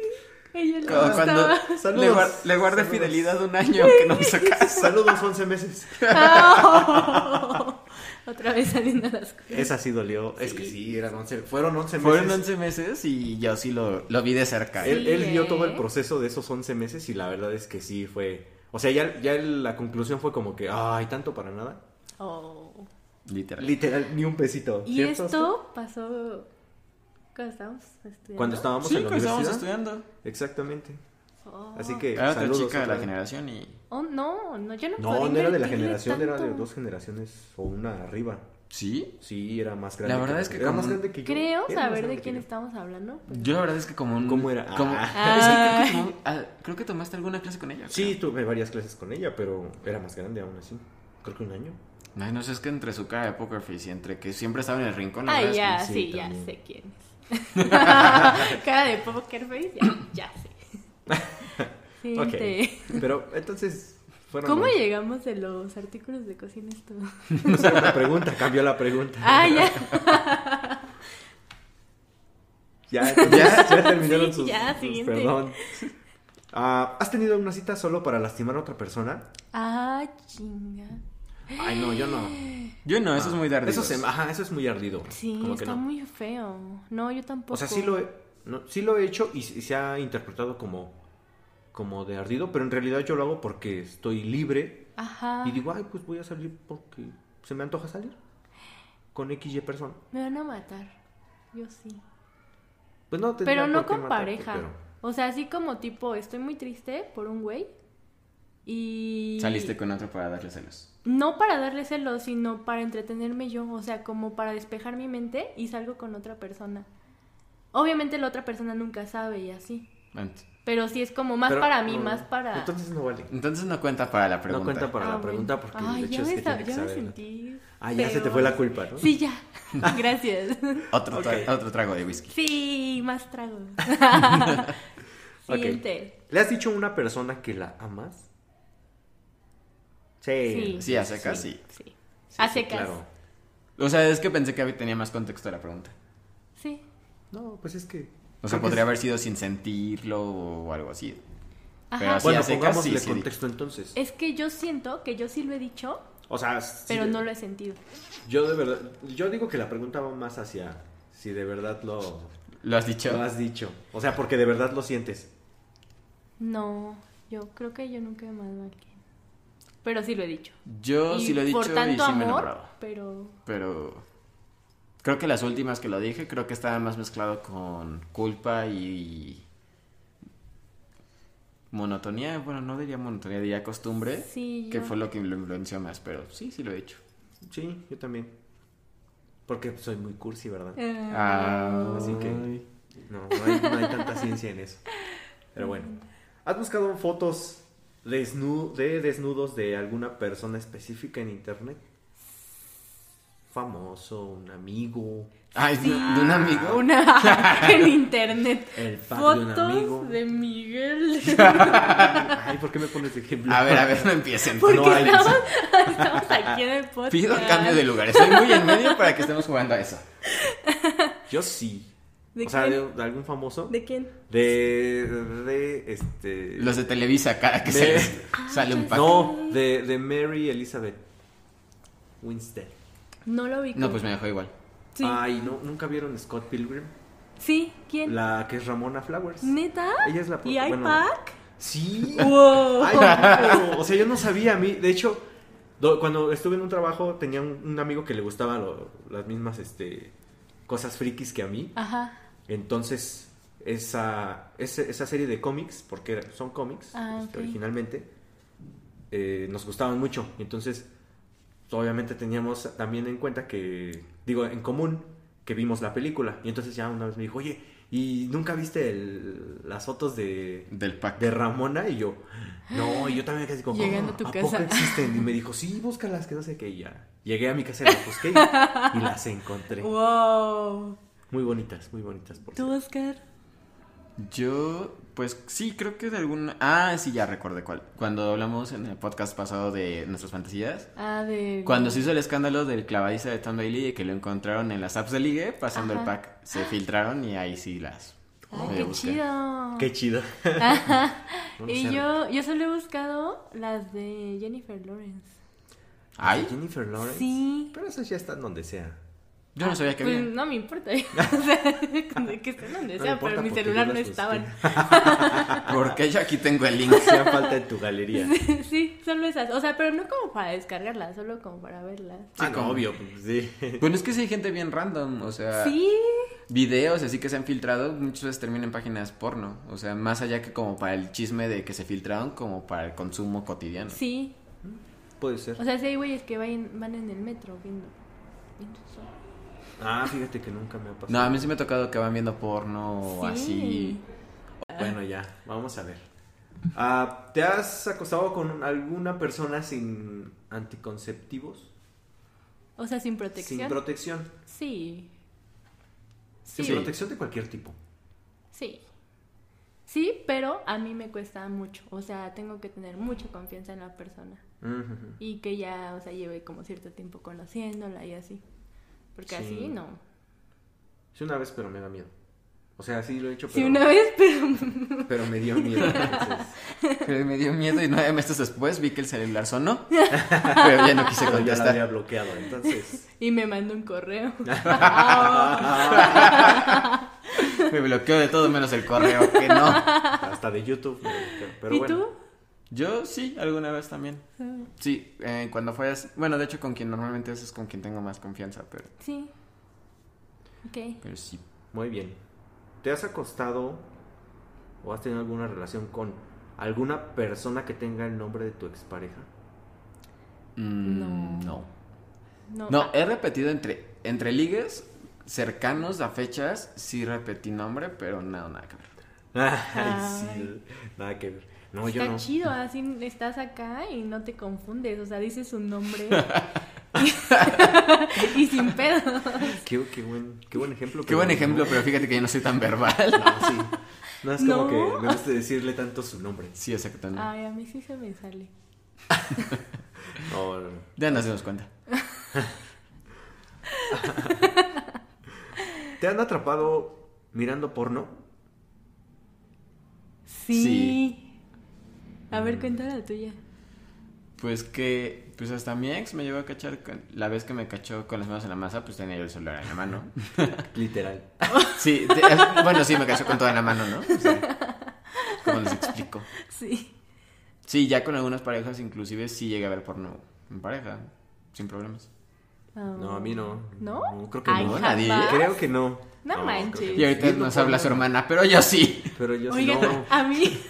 A: ella le
C: Como cuando
A: gustaba.
B: Saludos.
C: le, guar- le guardé
B: Saludos.
C: fidelidad un año que no hizo caso.
B: Saludos 11 meses.
A: Ah, Otra vez saliendo las cosas.
B: Esa sí dolió. Es que sí, eran 11. Fueron 11 meses.
C: Fueron 11 meses y yo sí lo, lo vi de cerca.
A: Sí.
B: Él, él vio
A: ¿eh?
B: todo el proceso de esos 11 meses y la verdad es que sí fue. O sea, ya, ya la conclusión fue como que, ay, tanto para nada.
A: Oh.
C: Literal.
B: Literal, ni un pesito.
A: Y
B: ¿cierto, Oscar?
A: esto pasó cuando estábamos estudiando.
B: Cuando estábamos
C: Sí,
B: en la
C: cuando estábamos
B: universidad.
C: estudiando.
B: Exactamente.
A: Oh.
B: Así que.
C: Era otra
B: saludos
C: chica de
B: otra
C: la
B: vez.
C: generación y.
A: Oh, no, no, yo no
B: No,
A: podría
B: no era de la
A: invertirle
B: generación, era de
A: tanto.
B: dos generaciones o una arriba.
C: ¿Sí?
B: Sí, era más grande.
C: La verdad es que
B: era
C: como
B: más
C: un-
B: grande que yo.
A: Creo
B: Era más
A: saber
B: grande
A: de
B: que
A: quién
B: yo.
A: estamos hablando. pero-
C: Yo la verdad es que como un.
B: ¿Cómo era?
C: como-
B: Ah.
C: Es que creo, que como un- ah, creo que tomaste alguna clase con ella.
B: Sí, tuve varias clases con ella, pero era más grande aún así. Creo que un año.
C: creo. Ay, no sé, es que entre su cara de poker face y entre que siempre estaba en el rincón. la
A: Ay,
C: verdad es
A: Ah, ya,
B: sí,
A: sí, ya
B: también.
A: sé quién es. Cara de poker face, ya, ya sé.
B: Ok.
A: Siguiente.
B: Pero entonces. Fueron
A: ¿Cómo
B: once.
A: llegamos de los artículos de cocina esto?
B: No sé, la pregunta, cambió la pregunta.
A: Ah, ya.
B: Ya, ya, ya terminaron
A: Sí,
B: sus,
A: ya,
B: sus-
A: siguiente.
B: Perdón. Ah, ¿Has tenido una cita solo para lastimar a otra persona?
A: Ah, chinga.
B: Ay, no, yo no.
C: que- Yo no, eso es muy tarde.
B: Ah, Eso, se- ajá, eso es muy ardido.
A: Sí,
B: Como que
A: está
B: no.
A: muy feo. No, yo tampoco.
B: O sea, sí lo he, no, sí lo he hecho y, s- y se ha interpretado como, como de ardido, pero en realidad yo lo hago porque estoy libre
A: Ajá.
B: y digo, ay, pues voy a salir porque se me antoja salir con XY persona.
A: Me van a matar. Yo sí.
B: Pues no, tendría
A: Pero no
B: por qué
A: con
B: matarte,
A: pareja.
B: pero-
A: O sea, así como tipo, estoy muy triste por un güey. Y.
C: Saliste con otro para darle celos.
A: No para darle celos, sino para entretenerme yo, o sea, como para despejar mi mente y salgo con otra persona. Obviamente la otra persona nunca sabe y así.
C: Ent-
A: Pero sí es como más
B: pero
A: para mí,
B: no,
A: más para...
B: Entonces no vale.
C: Entonces no cuenta para la pregunta.
B: No cuenta para
A: Ah,
B: la
A: bueno.
B: pregunta porque
A: Ay,
B: el hecho
A: ya
B: es
A: me
B: que
A: sa-
B: tiene que
A: ya me
B: saberlo.
A: sentí.
B: Ah, ya se te
A: peor.
B: fue la culpa, ¿no?
A: Sí, ya. Gracias.
C: Otro, tra-
B: Ok.
C: otro trago de whisky.
A: Sí, más trago.
B: Ok.
A: Siguiente.
B: ¿Le has dicho a una persona que la amas? Sí.
A: Sí.
C: Eh, Sí, a secas, sí.
A: Sí.
B: Sí,
A: A
B: sí,
A: secas.
B: claro.
C: O sea, es que pensé que tenía más contexto la pregunta.
A: Sí.
B: No, pues es que.
C: O sea,
B: creo que
C: podría
B: es-
C: haber sido sin sentirlo o algo así. Pero
A: Ajá.
C: así
B: Bueno,
C: a secas,
B: pongámosle
C: sí, sí.
B: contexto entonces.
A: Es que yo siento que yo sí lo he dicho,
B: O sea, sí,
A: pero
B: de-
A: no lo he sentido.
B: Yo de verdad, yo digo que la pregunta va más hacia si de verdad lo,
C: ¿Lo has dicho?
B: lo has dicho. O sea, porque de verdad lo sientes.
A: No, yo creo que yo nunca he amado a alguien. Pero sí lo he dicho.
C: Yo
A: Y
C: sí lo he dicho
A: por tanto
C: y sí me he
A: amor,
C: enamorado.
A: pero
C: Pero creo que las últimas que lo dije, creo que estaba más mezclado con culpa y monotonía. Bueno, no diría monotonía, diría costumbre.
A: sí,
C: Que
A: yo-
C: fue lo que lo influenció más, pero sí, sí lo he hecho.
B: Sí, yo también. Porque soy muy cursi, ¿verdad?
A: Eh,
C: Ah,
B: Así que- No, no hay, no hay tanta ciencia en eso. Pero bueno. ¿Has buscado fotos desnu- de desnudos de alguna persona específica en internet? Famoso, un amigo,
C: Ay, de- de Ah, un amigo.
A: Una en internet.
B: el padre de un amigo.
A: Fotos de Miguel.
B: Ay, ¿por qué me pones de ejemplo?
C: A ver, a ver, no empiecen.
A: Porque
B: No
C: No,
B: hay-
A: estamos, estamos aquí en el podcast.
C: Pido cambio de lugar. Estoy muy en medio para que estemos jugando a eso.
B: Yo sí.
A: ¿De
B: o sea,
A: quién?
B: de, de algún famoso.
A: ¿De quién?
B: De. de. este.
C: Los de Televisa, cada que se
B: Me-
C: les sale un pack. Ah, No.
B: No, de, de Mary Elizabeth Winstead.
A: No lo vi.
C: pues me dejó igual.
A: Sí.
B: Ay, ¿no, ¿nunca vieron Scott Pilgrim?
A: Sí, ¿quién?
B: ah, La que es Ramona Flowers.
A: ¿Neta?
B: Ella es la pro-
A: ¿Y
B: bueno,
A: iPac?
B: Sí.
A: ¡Wow!
B: Ay, no. O sea, yo no sabía a mí. De hecho, do- cuando estuve en un trabajo tenía un, un amigo que le gustaban lo- las mismas este, cosas frikis que a mí.
A: Ajá.
B: Entonces, esa, ese- esa serie de cómics, porque era- son cómics
A: Ah,
B: este,
A: ok.
B: originalmente, eh, nos gustaban mucho. Y entonces, obviamente teníamos también en cuenta que, digo, en común, que vimos la película. Y entonces ya una vez me dijo, oye, ¿y nunca viste el- las fotos de,
C: Del pack.
B: de Ramona? Y yo, no, y yo también casi como,
A: Llegando a tu
B: "Ah, ¿a
A: casa".
B: poco existen? Y me dijo, sí, búscalas, que no sé qué. Y ya, llegué a mi casa y las busqué y, y las encontré.
A: ¡Wow!
B: Muy bonitas, muy bonitas. Por
A: ¿Tú, Oscar?
C: Yo, pues sí, creo que de algún... Ah, sí, ya recordé cuál. Cuando hablamos en el podcast pasado de nuestras fantasías.
A: Ah, de.
C: Cuando se hizo el escándalo del clavadiza de Tom Bailey y que lo encontraron en las apps de ligue pasando
A: Ajá.
C: el pack. Se filtraron y ahí sí las...
A: Ay,
C: medio
A: qué
C: busqué.
A: chido.
B: Qué chido. No lo
A: y
B: sé.
A: yo, yo solo he buscado las de Jennifer Lawrence.
C: ¿Ay?
B: Jennifer Lawrence.
A: Sí.
B: Pero esas ya están donde sea.
C: Yo no sabía que
A: Pues
C: había.
A: no me importa. o sea, que estén donde
B: No
A: sea,
B: me importa
A: pero en mi
B: porque
A: celular
B: yo
A: no
B: las
A: estaban. Pues,
C: Porque yo aquí tengo el link.
B: Hacían falta en tu galería.
A: sí, solo esas. O sea, pero no como para descargarlas, solo como para verlas.
B: ah, no,
C: como-
B: obvio. pues, Sí.
C: Bueno, es que sí hay gente bien random, o
B: Ah.
C: sea...
A: Sí.
C: videos así que se han filtrado muchas veces terminan en páginas porno. O sea, más allá que como para el chisme de que se filtraron, como para el consumo cotidiano.
A: Sí.
B: Puede ser.
A: O sea, sí hay güeyes que van, van en el metro viendo. viendo eso.
B: Ah, fíjate que nunca me ha pasado.
C: No, a mí sí me ha tocado que van viendo porno
A: Sí. Ah,
C: así.
B: Oh, Bueno, ya. Vamos a ver. Ah, ¿Te has acostado con alguna persona sin anticonceptivos?
A: O sea, sin protección.
B: Sin protección.
A: sí. Sí.
B: Sin protección de cualquier tipo.
A: Sí. Sí, pero a mí me cuesta mucho. O sea, tengo que tener mucha confianza en la persona.
B: Ujú.
A: Y que ya, o sea, lleve como cierto tiempo conociéndola y así. Porque
B: Sí.
A: así no.
B: Sí, una vez, pero me da miedo. O sea, sí lo he hecho,
A: Sí,
B: pero,
A: una vez, pero.
B: pero me dio miedo. entonces.
C: Pero me dio miedo y nueve meses después vi que el celular sonó. Pero ya no quise
B: Pero ya la había
C: contestar.
B: bloqueado, entonces.
A: Y me mandó un correo. Ah.
C: Me bloqueó de todo menos el correo, que no.
B: Hasta de YouTube. me bloqueó. Pero
A: ¿Y Ah,
B: bueno.
C: Yo sí, alguna vez también.
A: tú?
C: Sí, eh, cuando fue así- Bueno, de hecho, con quien normalmente es, es con quien tengo más confianza, pero,
A: Sí. Ok.
C: pero sí.
B: Muy bien. ¿Te has acostado o has tenido alguna relación con alguna persona que tenga el nombre de tu expareja?
A: No.
C: Mm, no.
A: No. Ah,
C: No,
B: eh,
C: he repetido entre, entre ligues cercanos a fechas, sí repetí nombre, pero nada, nada que ver.
B: Ay, sí. Nada que ver. No, yo
A: Está
B: no.
A: chido, así estás acá y no te confundes, o sea, dices un nombre y sin pedo.
B: Qué, qué buen, qué buen ejemplo.
C: Qué
B: pero
C: buen
B: no.
C: ejemplo, pero fíjate que yo no soy tan verbal.
B: No, sí. No es como
A: No.
B: que me gusta decirle tanto su nombre.
C: Sí, exactamente.
A: Ay, a mí sí se me sale.
B: No, no, no.
C: Ya nos dimos cuenta.
B: ¿Te han atrapado mirando porno.
A: Sí.
C: Sí.
A: A
B: Mm.
A: ver, cuenta la tuya.
C: Pues que, pues hasta mi ex me llevó a cachar, con- la vez que me cachó con las manos en la masa, pues tenía yo el celular en la mano.
B: Literal.
C: Sí, te- es- bueno, sí, me cachó con toda la mano, ¿no? O sea, ¿Cómo les explico?
A: Sí.
C: Sí, ya con algunas parejas inclusive sí llegué a ver porno en pareja, sin problemas.
B: No, a mí no.
A: ¿No?
B: creo que
A: Ay,
B: no.
C: nadie.
A: jamás.
B: Creo que no.
A: No manches.
B: creo que
C: Y ahorita
B: viendo
C: nos habla su
B: porno,
C: hermana, pero yo sí.
B: Pero yo sí,
A: Oigan,
B: no,
A: a mí,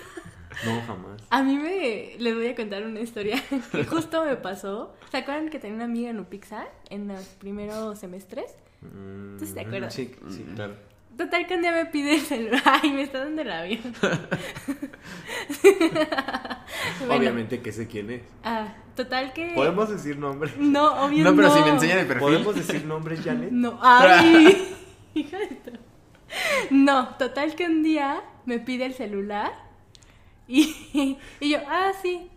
B: no, jamás.
A: a mí me les voy a contar una historia que justo me pasó. ¿Se acuerdan que tenía una amiga en Upixa en los primeros semestres?
B: Mm,
A: ¿Tú sí te acuerdas?
B: Sí, sí,
A: Mm.
B: claro.
A: Total que un día me pide el celular y me está dando el avión. Bueno,
B: Obviamente que sé quién es.
A: Ah, total que.
B: ¿Podemos decir nombres?
A: No, obvio
C: No, pero si me enseñan el perfil.
B: ¿Podemos decir nombres, Janet?
A: No, ay, hija de tu- No, total que un día me pide el celular y, y yo, ah, sí,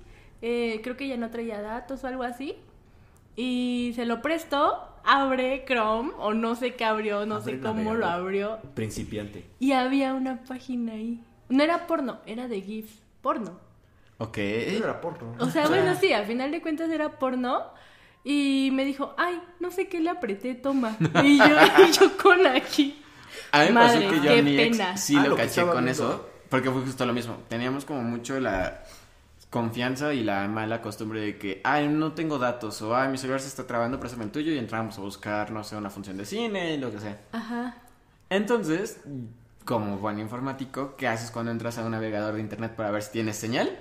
A: eh, creo que ya no traía datos o algo así. Y se lo presto, abre Chrome o no sé qué abrió, no
B: Abre
A: sé
B: el
A: cómo lo
B: navegador.
A: abrió.
B: Principiante.
A: Y había una página ahí. No era porno, era de GIFs, porno.
C: Ok.
B: Eso era porno.
A: ¿Eh? O sea, bueno, sí, al final de cuentas era porno. Y me dijo, ay, no sé qué le apreté, toma. Y yo, y yo con aquí.
C: A mí me
A: Madre,
C: pasó que yo a
A: qué
C: mi ex
A: pena.
C: sí
B: Ah,
C: lo,
B: lo que
C: caché
B: estaba
C: con
B: viendo.
C: eso, porque fue justo lo mismo. Teníamos como mucho la confianza y la mala costumbre de que, ay, no tengo datos, o ay, mi celular se está trabando, préstame el tuyo, y entrábamos a buscar, no sé, una función de cine, lo que sea.
A: Ajá.
C: Entonces, como buen informático, ¿qué haces cuando entras a un navegador de internet para ver si tienes señal?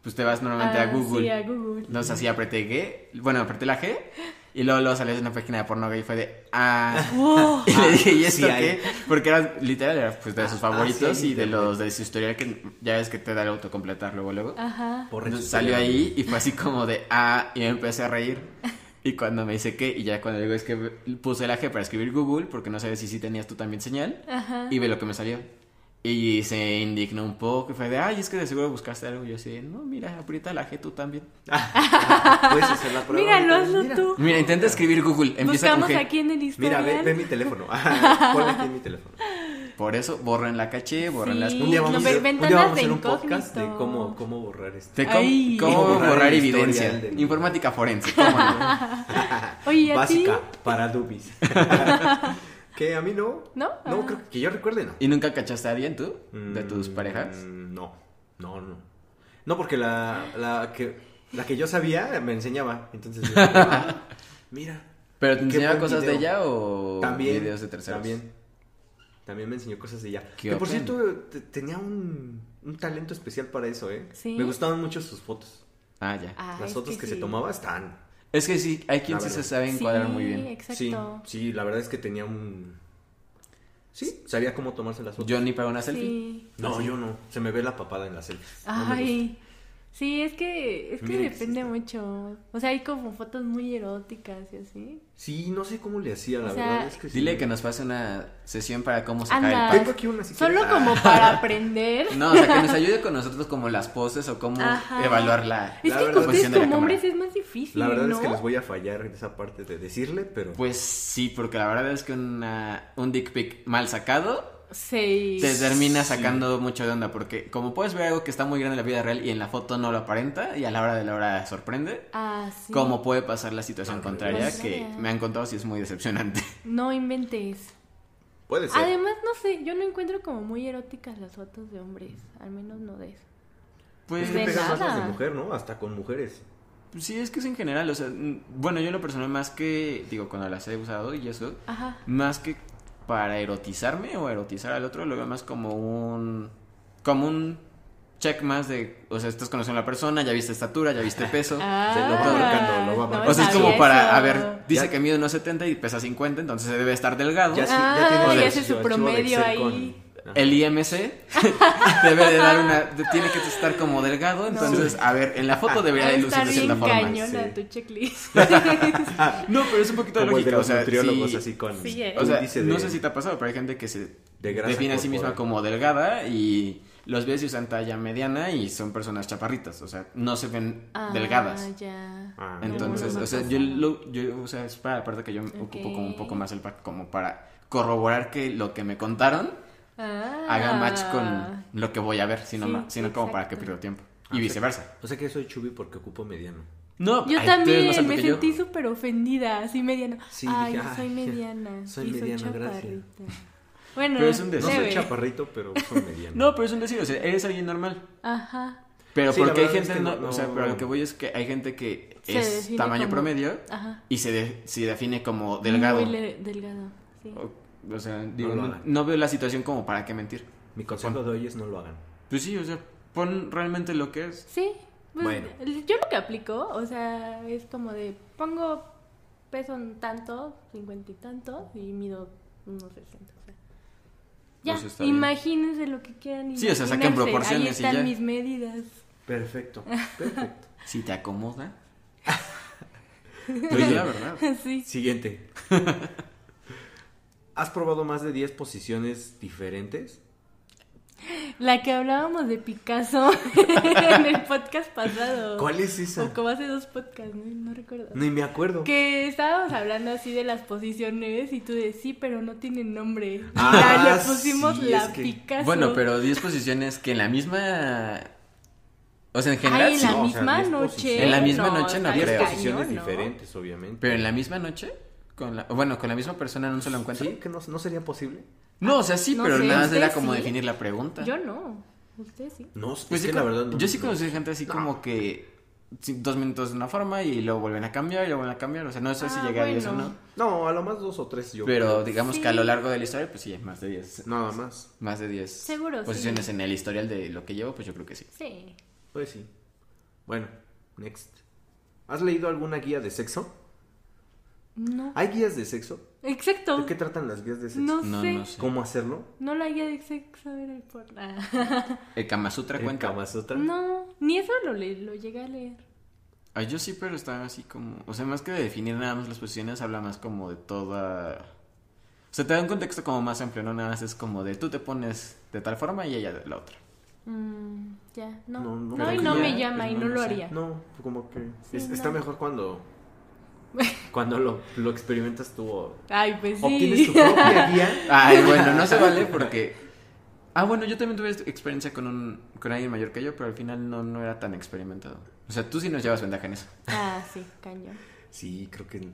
C: Pues te vas normalmente a
A: Ah,
C: Google.
A: Sí, a Google.
C: Entonces así apreté G, bueno, apreté la G, y luego, luego salió una página de porno gay y fue de, ah...
A: Wow.
C: Y le dije, ¿y esto
B: Sí hay.
C: qué? Porque era, literal, era pues, de sus
B: Ah,
C: favoritos
B: sí,
C: y de
B: internet.
C: los de su historial que ya ves que te da el autocompletar luego, luego.
A: Ajá.
B: Por
C: Entonces
B: eso se-
C: salió ahí y fue así como de, ah, y me empecé a reír. Y cuando me dice qué, y ya cuando digo es que puse la G para escribir Google, porque no sabía si sí tenías tú también señal,
A: Ajá.
C: y ve lo que me salió. Y se indignó un poco y fue de, ay, es que de seguro buscaste algo. Y yo así, de, no, mira, aprieta la G tú también.
B: Puedes hacer la prueba.
A: Míralo,
B: ahorita.
A: hazlo
B: Mira.
A: tú.
C: Mira, intenta escribir Google, empieza
A: Buscamos
C: con G.
A: aquí en el
B: Mira,
A: historial.
B: ve, ve mi teléfono. Ah, Ponle aquí en mi teléfono.
C: Por eso, borren la caché, borren
A: Sí.
C: las
B: Un día vamos,
A: No,
B: a,
A: ve-
B: hacer, un, día
A: ventanas
B: vamos a hacer
A: de
B: un podcast de
A: incógnito.
B: cómo, cómo borrar esto.
C: De cómo,
A: Ay.
C: cómo
B: Cómo
C: borrar,
B: borrar el
C: evidencia.
B: historial de-
C: Informática forense. ¿cómo no?
A: Oye, ¿y a ti?
B: Básica para dubis. que a mí no.
A: ¿No?
B: No,
A: Ah.
B: creo que yo recuerde, no.
C: ¿Y nunca cachaste a alguien tú? ¿De tus
B: Mm,
C: parejas?
B: No, no, no. No, porque la, la, que, la que yo sabía me enseñaba. Entonces, yo, ah, mira.
C: ¿Pero te
B: qué
C: enseñaba
B: buen
C: cosas de
B: video.
C: ella o
B: También.
C: videos de terceros?
B: También. También me enseñó cosas de ella.
C: Qué
B: Que por
C: open.
B: cierto, te- tenía un, un talento especial para eso, ¿eh?
A: Sí.
B: Me gustaban mucho sus fotos.
C: Ah, ya.
A: Ah,
B: Las
A: es
B: fotos que, se
A: sí.
B: tomaba estaban.
C: Es que sí, hay quien
B: La
C: sí se
B: verdad.
C: sabe encuadrar muy
A: Sí,
C: bien.
A: exacto.
B: Sí, sí, la verdad es que tenía un. Sí, sabía cómo tomarse las fotos.
C: Yo ni para una selfie.
A: Sí.
B: No, yo no. Se me ve la papada en las selfies. No me gusta.
A: Ay. Sí, es que, es que
B: Miren que
A: depende
B: existe.
A: mucho. O sea, hay como fotos muy eróticas y así.
B: Sí, no sé cómo le hacía, la
A: O sea,
B: verdad es que sí.
C: Dile que nos pase una sesión para cómo se
A: Anda.
C: cae el
B: Tengo aquí una si
A: Ah,
B: Ah,
A: Solo
B: quieres.
A: como para aprender.
C: pack. No, o sea, que nos ayude con nosotros como las poses o cómo
A: Ajá.
C: evaluar la...
A: Es
B: La
A: que
B: verdad-
A: con ustedes
C: Posición de la
A: como hombres
C: cámara.
A: es más difícil,
B: La verdad
A: ¿no?
B: es que les voy a fallar en esa parte de decirle, pero.
C: Pues sí, porque la verdad es que una, un dick pic mal sacado
A: Sí.
C: te termina
B: Sí.
C: sacando mucho de onda porque como puedes ver algo que está muy grande en la vida real y en la foto no lo aparenta y a la hora de la hora sorprende,
A: Ah, sí. Pues
C: como puede pasar la situación
B: Ah,
C: contraria que
A: contraria.
C: me han contado si es muy decepcionante.
A: No inventes.
B: Puede ser.
A: Además, no sé, yo no encuentro como muy eróticas las fotos de hombres. Al menos no de eso.
B: es
C: Pues
B: que
A: de
B: pegan más las de
A: nada.
B: mujer, ¿no? Hasta con mujeres.
C: sí, es que es en general, o sea, mm, bueno, yo en lo personal más que digo cuando las he usado y eso,
A: Ajá.
C: más que para erotizarme o erotizar al otro, lo veo más como un como un check más de, o sea, estás conociendo a la persona, ya viste estatura, ya viste peso.
A: Ah,
B: Se lo va marcando, lo va marcando.
C: O sea, es como
A: sabía
C: para,
A: eso.
C: a ver, dice
B: Ya.
C: que mide unos 70 y pesa 50, entonces se debe estar delgado.
B: Ya, sí,
A: Ah,
B: ya tiene
C: ya
B: el
A: hace su
B: archivo de
A: promedio
B: Excel
A: ahí.
B: con- Ajá.
C: El IMC debe de dar una, de- tiene que estar como delgado, entonces, a ver, en la foto debería
A: Va a
C: de lucir
A: Ah, estar
C: de cierta
A: bien
C: forma.
A: cañona
B: sí.
A: tu checklist.
C: No, pero es un poquito
B: Como el de
C: lógico,
B: los
C: o sea,
B: nutriólogos,
C: sí-
B: así con.
A: Sí, eh.
C: o sea,
B: índice
C: no
B: de-
C: sé si te ha pasado, pero hay gente que se
B: de grasa
C: define a sí misma
B: corporal.
C: como delgada y los ves y usan talla mediana y son personas chaparritas, o sea, no se ven
A: Ah,
C: delgadas.
A: ya.
B: Ah,
A: No,
C: Entonces,
A: no me
C: o sea,
A: pasa.
C: yo, lo- yo, o sea, es para la parte que yo me ocupo como un
A: Ok.
C: poco más el pack, como para corroborar que lo que me contaron
A: Ah.
C: haga match con lo que voy a ver, sino,
A: Sí,
C: ma- sino
A: sí,
C: como para que
A: exacto.
C: pierda tiempo.
B: Ah,
C: Y
B: sí.
C: viceversa.
B: O sea que soy chubby porque ocupo mediano.
C: No,
A: Yo
C: ay, tú eres
A: también
C: más alto
A: me
C: que yo.
A: sentí súper ofendida, así mediana.
B: Sí,
A: ay,
B: dije,
A: yo soy
B: ay,
A: mediana.
B: soy
A: y soy
B: mediana, gracias.
A: chaparrita. Bueno,
C: Pero es un
B: No
C: deseo.
A: leve.
B: soy chaparrito, pero soy mediano.
C: No, pero es un decir, o sea, eres alguien normal.
A: Ajá,
C: Pero
B: Sí, la
C: porque hay
B: verdad es
C: gente,
B: que
C: no,
B: no-
C: o sea,
B: no-
C: pero lo que voy es que hay gente que
A: Se
C: es
A: define
C: tamaño
A: como-
C: promedio
A: ajá.
C: y se, de- se define como delgado.
A: Muy le- delgado, sí.
C: O, o sea, digo,
B: lo
C: no,
B: hagan.
C: no veo la situación como para qué mentir.
B: Mi consejo de hoy es no lo hagan.
C: Pues sí, o sea, pon realmente lo que es.
A: Sí, pues,
B: Bueno.
A: yo lo que aplico, o sea, es como de pongo peso en tanto, cincuenta y tanto, y mido unos sesenta. O sea. Ya,
C: Pues está bien.
A: imagínense lo que quieran.
C: Sí, o sea, saquen
A: imaginarse. Ahí
C: proporciones y
A: están
C: ya.
A: mis medidas.
B: Perfecto, perfecto.
C: Si te acomoda.
B: Oye.
C: Oye, Pues la verdad.
A: sí.
B: Siguiente. ¿Has probado más de 10 posiciones diferentes?
A: La que hablábamos de Picasso en el podcast pasado.
B: ¿Cuál es
A: O
B: esa?
A: como hace dos podcasts, no, No recuerdo.
B: Ni me acuerdo.
A: Que estábamos hablando así de las posiciones y tú de sí, pero no tiene nombre.
B: Ah,
A: Ya le pusimos
B: sí,
A: la
B: es que-
A: Picasso.
C: Bueno, pero 10 posiciones que en la misma. O sea, en general
A: Ay, en
C: sí.
A: la
B: No, o sea,
A: misma
B: diez
A: noche.
B: posiciones. En la
C: misma noche no
A: está
B: 10
C: creo.
B: posiciones
A: cañón, ¿no?
B: diferentes, obviamente.
C: Pero en la misma noche, con la, bueno, con la misma persona en un solo encuentro.
B: ¿Sí? ¿Que no, no sería posible?
C: No, o sea, sí,
A: No
C: pero
A: sé,
C: nada más era
A: ¿usted
C: como
A: sí?
C: definir la pregunta.
A: Yo no. Usted sí.
B: No, es
C: Pues sí,
B: que la
C: con-
B: verdad no.
C: Yo sí conocí gente así como que sí, dos minutos de una forma y luego vuelven a cambiar y luego vuelven a cambiar. O sea, no sé si
A: Ah,
C: llegué a 10 o
A: bueno.
C: no.
B: No, a lo más dos o tres yo.
C: Pero
B: creo.
C: digamos
A: Sí.
C: que a lo largo de la historia, pues sí, más de 10.
B: Nada más.
C: Más de 10
A: Seguro, sí.
C: posiciones en el historial de lo que llevo, pues yo creo que sí.
A: Sí.
B: Pues sí. Bueno, next. ¿Has leído alguna guía de sexo?
A: No.
B: ¿Hay guías de sexo? ¿De
A: Exacto.
B: qué tratan las guías de sexo?
A: No,
C: No,
A: sé.
C: no sé.
B: ¿Cómo hacerlo?
A: No la guía de sexo era el por nada.
C: El Kama Sutra
B: ¿El
C: cuenta.
B: Kama Sutra?
A: No, ni eso lo, le- lo llegué a leer.
C: Ay, Ah, yo sí, pero estaba así como. O sea, más que de definir nada más las posiciones, habla más como de toda. O sea, te da un contexto como más amplio, no nada más es como de tú te pones de tal forma y ella de la otra.
A: Mm, ya, no.
B: No,
A: No,
B: no,
A: y
B: creo
A: no
B: que
A: me
B: ya,
A: llama
C: pues,
A: y
C: no,
A: no,
C: no
A: lo
C: sé.
A: haría.
B: No, como que.
A: Sí,
B: es-
A: no.
B: Está mejor cuando. cuando lo, lo experimentas tú o.
A: Ay, pues sí.
B: Obtienes tu propia guía.
C: Ay, bueno, no se vale porque. Ah, bueno, yo también tuve experiencia con, un, con alguien mayor que yo, pero al final no, no era tan experimentado. O sea, tú sí nos llevas ventaja en eso.
A: Ah, sí, cañón.
B: Sí, creo que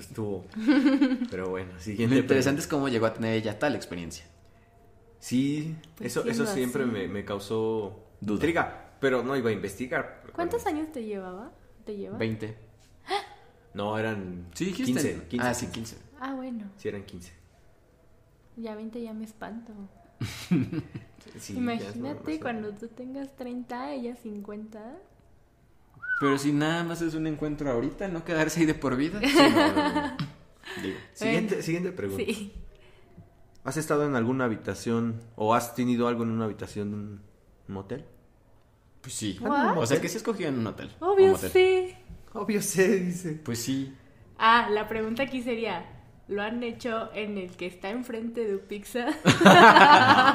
B: estuvo. Pero bueno,
C: Lo
B: siguiente.
C: interesante es cómo llegó a tener ella tal experiencia.
B: Sí,
A: Pues
B: eso,
A: siendo
B: eso siempre
A: así.
B: me, me causó
C: Duda.
B: intriga, pero no iba a investigar.
A: ¿Cuántos años te llevaba? ¿Te lleva?
C: 20.
B: No, eran
C: Sí, dijiste.
B: 15, 15.
C: ah, sí, 15.
A: Ah, bueno.
B: Sí, eran 15.
A: Ya 20 ya me espanto.
B: Sí, ya es
A: Imagínate
B: bueno,
A: cuando tú tengas 30, ella 50.
C: Pero si nada más es un encuentro ahorita, no quedarse ahí de por vida.
B: no sé. Sí, no, no, no.
C: Digo.
B: Siguiente,
A: Bueno,
B: siguiente pregunta.
A: Sí.
B: ¿Has estado en alguna habitación o has tenido algo en una habitación de un motel?
C: Pues sí.
A: ¿What?
C: O sea, que sí escogió en un hotel. Un
A: Ah, Obvio,
C: motel.
A: sí.
B: Obvio sé, dice.
C: Pues sí.
A: Ah, la pregunta aquí sería, ¿lo han hecho en el que está enfrente de Pizza?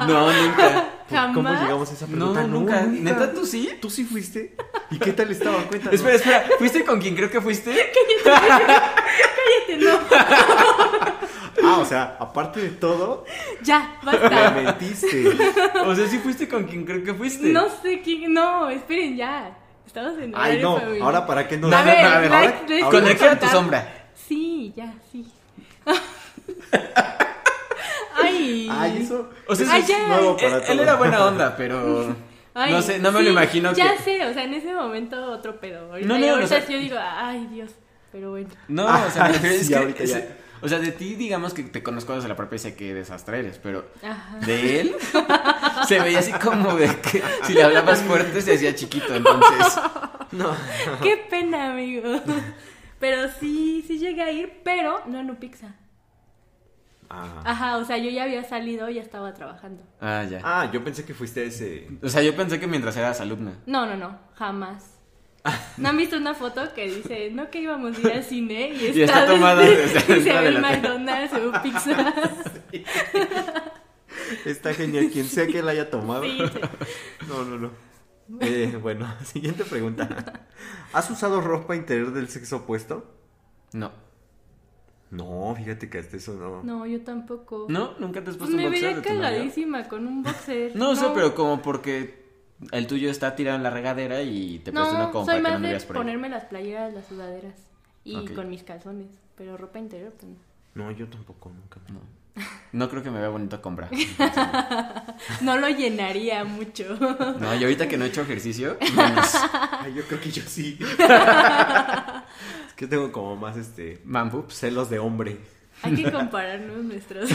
C: No, nunca.
A: Jamás.
B: ¿Cómo llegamos a esa
C: No,
B: pregunta?
C: nunca.
B: hija.
C: ¿Neta tú sí?
B: ¿Tú sí fuiste? ¿Y qué tal estaba? Cuéntanos.
C: Espera, espera. ¿Fuiste con quien creo que fuiste?
A: Cállate, no.
B: Ah, o sea, aparte de todo,
A: Ya,
B: me
A: basta.
B: mentiste.
C: O sea, sí fuiste con quien creo que fuiste.
A: No sé quién. No, esperen ya. Estamos en
B: Ay,
A: horario
B: no,
A: familiar.
B: ahora para qué no.
C: A ver, a ver,
A: like,
C: ahora-
A: les
C: Con
A: quiero
C: el que era tu
A: contar.
C: sombra.
A: Sí, ya, sí. Ay.
B: Ay, eso.
C: O sea,
A: Ay,
C: eso es
A: ya.
B: nuevo
C: Él,
B: para
C: él
B: todo.
C: era buena onda, pero.
A: Ay,
C: no sé, no me lo
A: sí,
C: imagino
A: Ya
C: que.
A: sé, o sea, en ese momento otro pedo. Ahorita,
C: No, no,
A: y ahorita
C: o sea-
A: sí yo digo, ay, Dios, pero bueno.
C: No,
B: Ah,
C: o sea, me refiero-
B: sí,
C: es que-
B: ahorita
C: es-
B: ya.
C: O sea, de ti, digamos que te conozco desde la propia y sé que desastre eres, pero
A: Ajá.
C: de él se veía así como de que si le hablabas fuerte se hacía chiquito, entonces.
B: No.
A: Qué pena, amigo. Pero sí, sí llegué a ir, pero no en Upixa.
B: Ah.
A: Ajá, o sea, yo ya había salido, ya estaba trabajando.
C: Ah, ya.
B: Ah, yo pensé que fuiste ese.
C: O sea, yo pensé que mientras eras alumna.
A: No, no, no, jamás. ¿No han visto una foto que dice, no que íbamos a ir al cine y está,
C: Y está tomada desde
A: y se
C: adentro
A: ve
C: de
A: el
C: la tele.
A: McDonald's o pizza?
B: Está genial, quien sea que la haya tomado.
A: Sí,
B: No, no, no. Eh, bueno, siguiente pregunta. ¿Has usado ropa interior del sexo opuesto?
C: No.
B: No, fíjate que hasta eso no.
A: No, yo tampoco.
C: ¿No? ¿Nunca te has
A: Pues
C: puesto
A: me
C: un boxer
A: vería
C: de tu novio?
A: cagadísima con un boxer.
C: No, sé, pero como porque el tuyo está tirado en la regadera y te presta una
A: No,
C: compra
A: soy
C: que no
A: más
C: me
A: de
C: veas por ahí.
A: ponerme las playeras, las sudaderas y
C: Ok.
A: con mis calzones, pero ropa interior pues no.
B: No, yo tampoco, nunca.
C: No. No creo que me vea bonito comprar.
A: No lo llenaría mucho.
C: No, y ahorita que no he hecho ejercicio, menos.
B: Ay, yo creo que yo sí. es que tengo como más este
C: Man boobs.
B: celos de hombre.
A: Hay que compararnos nuestros.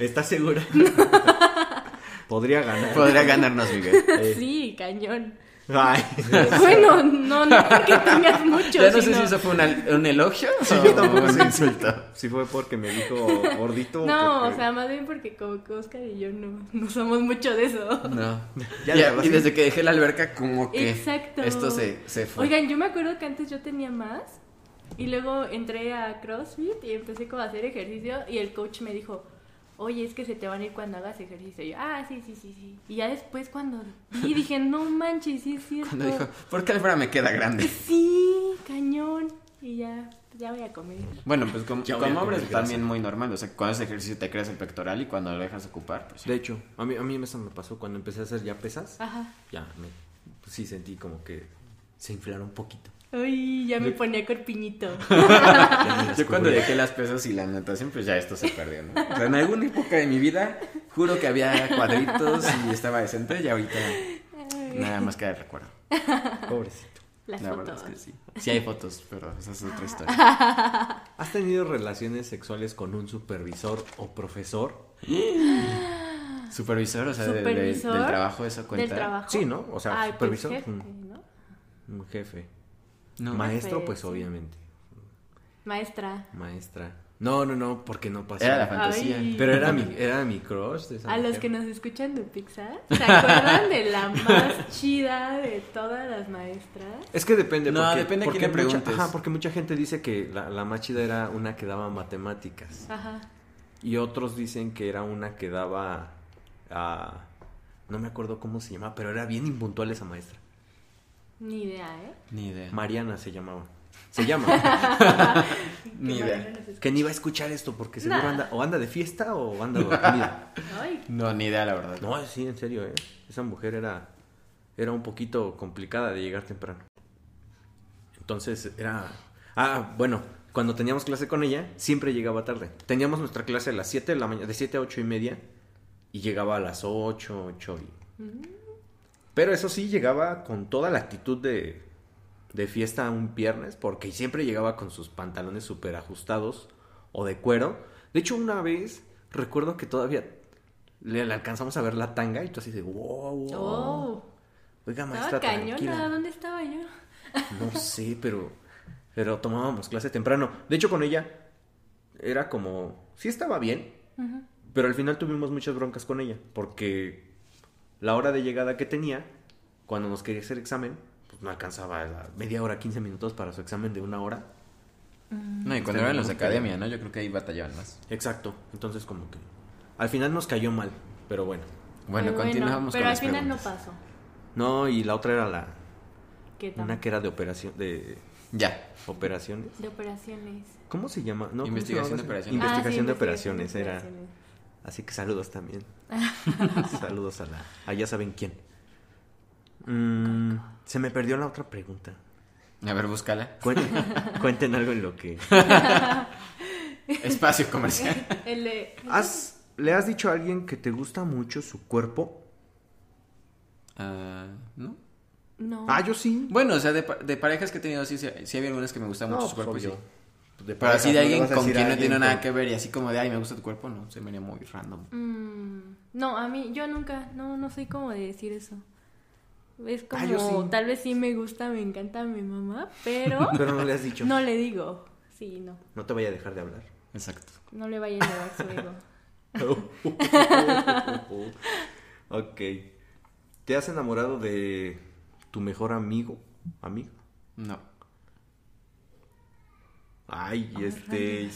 B: ¿Estás segura? Podría ganar.
C: Podría ganarnos, Miguel.
B: Eh,
A: Sí, cañón.
B: Ay,
A: Bueno, no, no porque tengas mucho.
C: Ya no sé
A: sino-
C: si eso fue una- un elogio o
B: yo tampoco
C: un
B: sé.
C: insulto.
B: si fue porque me dijo gordito.
A: No,
B: porque-
A: o sea, más bien porque como que Oscar y yo no, no somos mucho de eso.
C: No.
B: Ya
C: Ya,
B: le hablas
C: y
B: así.
C: desde que dejé la alberca, como que
A: Exacto.
C: esto se, se fue.
A: Oigan, yo me acuerdo que antes yo tenía más y luego entré a CrossFit y empecé como a hacer ejercicio y el coach me dijo, oye, es que se te van a ir cuando hagas ejercicio. Y yo, ah, sí, sí, sí, sí. Y ya después cuando vi dije, no manches, sí es cierto.
C: Cuando dijo, ¿por qué Alfra me queda grande?
A: Sí, cañón. Y ya, ya voy a comer.
C: Bueno, pues como,
B: Ya voy
C: como
B: a comer
C: hombre es
B: grasa.
C: también muy normal. O sea, cuando haces ejercicio te creas el pectoral y cuando lo dejas ocupar, pues
B: De
C: ya.
B: hecho, a mí, a mí eso me pasó cuando empecé a hacer ya pesas.
A: Ajá.
B: Ya, me, pues sí sentí como que se inflaron un poquito.
A: Ay, ya me ponía corpiñito.
C: Yo cuando dejé las pesas y la natación, pues ya esto se perdió, ¿no? O sea, en alguna época de mi vida, juro que había cuadritos y estaba decente y ahorita nada más queda el recuerdo.
B: Pobrecito.
A: Las
C: la
A: fotos.
C: verdad es que sí. Sí hay fotos, pero esa es otra historia.
B: ¿Has tenido relaciones sexuales con un supervisor o profesor?
C: Supervisor, o sea, de- de-
A: Supervisor
C: del trabajo, eso cuenta.
A: Del trabajo.
B: Sí, ¿no? O sea,
A: Ay, pues,
B: supervisor,
A: jefe,
B: mm.
A: ¿no?
B: Un jefe.
C: No.
B: Maestro,
A: Jefe,
B: pues
A: sí.
B: obviamente.
A: Maestra.
B: Maestra. No, no, no, porque no pasó.
C: Era la fantasía.
A: Ay.
B: Pero era mi, era mi crush. de esa
A: A los
B: mujer.
A: que nos escuchan de Pixar, ¿se acuerdan de la más chida de todas las maestras?
B: Es que depende.
C: No,
B: porque,
C: depende a
B: porque
C: quién le
B: mucha-
C: preguntes.
B: ajá, porque mucha gente dice que la, la más chida era una que daba matemáticas.
A: Ajá.
B: Y otros dicen que era una que daba. ah, no me acuerdo cómo se llamaba, pero era bien impuntual esa maestra.
A: Ni idea, ¿eh?
C: Ni idea.
B: Mariana se llamaba. Se llama.
C: Ni
A: Que
C: idea.
A: Mariana nos escuche.
B: que ni va a escuchar esto porque seguro
A: Nah.
B: anda. O anda de fiesta o anda dormida.
A: Ay,
C: No, ni idea, la verdad.
B: No, sí, en serio, ¿eh? Esa mujer era, era un poquito complicada de llegar temprano. Entonces era... Ah, bueno, cuando teníamos clase con ella, siempre llegaba tarde. Teníamos nuestra clase a las 7 de la mañana, de 7 a 8 y media, y llegaba a las 8, 8 y... Pero eso sí, llegaba con toda la actitud de, de fiesta un viernes, porque siempre llegaba con sus pantalones súper ajustados o de cuero. De hecho, una vez, recuerdo que todavía le, le alcanzamos a ver la tanga y tú así de wow, wow.
A: oh.
B: Oiga, maestra,
A: Estaba cañona,
B: tranquila.
A: ¿dónde estaba yo?
B: No sé, pero, pero tomábamos clase temprano. De hecho, con ella era como, sí estaba bien,
A: Ujú.
B: pero al final tuvimos muchas broncas con ella, porque la hora de llegada que tenía, cuando nos quería hacer examen, pues no alcanzaba la media hora, 15 minutos para su examen de una hora.
C: No, y cuando eran los de academia, ¿no? Yo creo que ahí batallaban más.
B: Exacto, entonces como que al final nos cayó mal, pero bueno.
C: Bueno,
A: Pero
C: continuamos
A: Pero
C: con
A: al
C: las
A: final
C: preguntas.
A: no pasó.
B: No, y la otra era la,
A: ¿Qué tal?
B: una que era de operación, de
C: Ya.
B: operaciones.
A: De operaciones.
B: ¿Cómo se llama? No, ¿cómo se
C: Investigación
B: llamaba
C: de
B: esa?
C: operaciones.
A: Ah, sí,
B: Investigación de
A: investigación
B: operaciones
A: de
B: era.
A: operaciones.
B: Así que saludos también. saludos a la. A ya saben quién. Mm, se me perdió la otra pregunta.
C: A ver, búscala.
B: Cuenten, cuenten algo en lo que.
C: Espacio comercial.
A: El de-
B: ¿Has- ¿Le has dicho a alguien que te gusta mucho su cuerpo?
C: Ah, ¿No?
A: No.
B: Ah, yo sí.
C: Bueno, o sea, de, pa- de parejas que he tenido, sí, sí, sí había algunas que me gustan mucho su cuerpo. y sí.
B: De
C: Pero así
B: pues, parejas, no
C: de
B: le
C: alguien
B: vas a
C: con
B: decir a
C: quien no
B: alguien
C: tiene
B: que-
C: nada que ver y así como de, ay, me gusta tu cuerpo, no, se me haría muy random.
A: Mm, no, a mí, yo nunca, no, no soy como de decir eso. Es como,
B: Ah, yo sí.
A: tal vez sí me gusta, me encanta mi mamá, pero
B: Pero no le has dicho.
A: no
B: No,
A: le digo. Sí, no,
B: te vaya a dejar de hablar.
C: Exacto.
A: no le vaya a elevar su ego.
B: ok. ¿Te has enamorado de tu mejor amigo? ¿Amigo?
C: No.
B: Ay,
A: Ay,
B: este.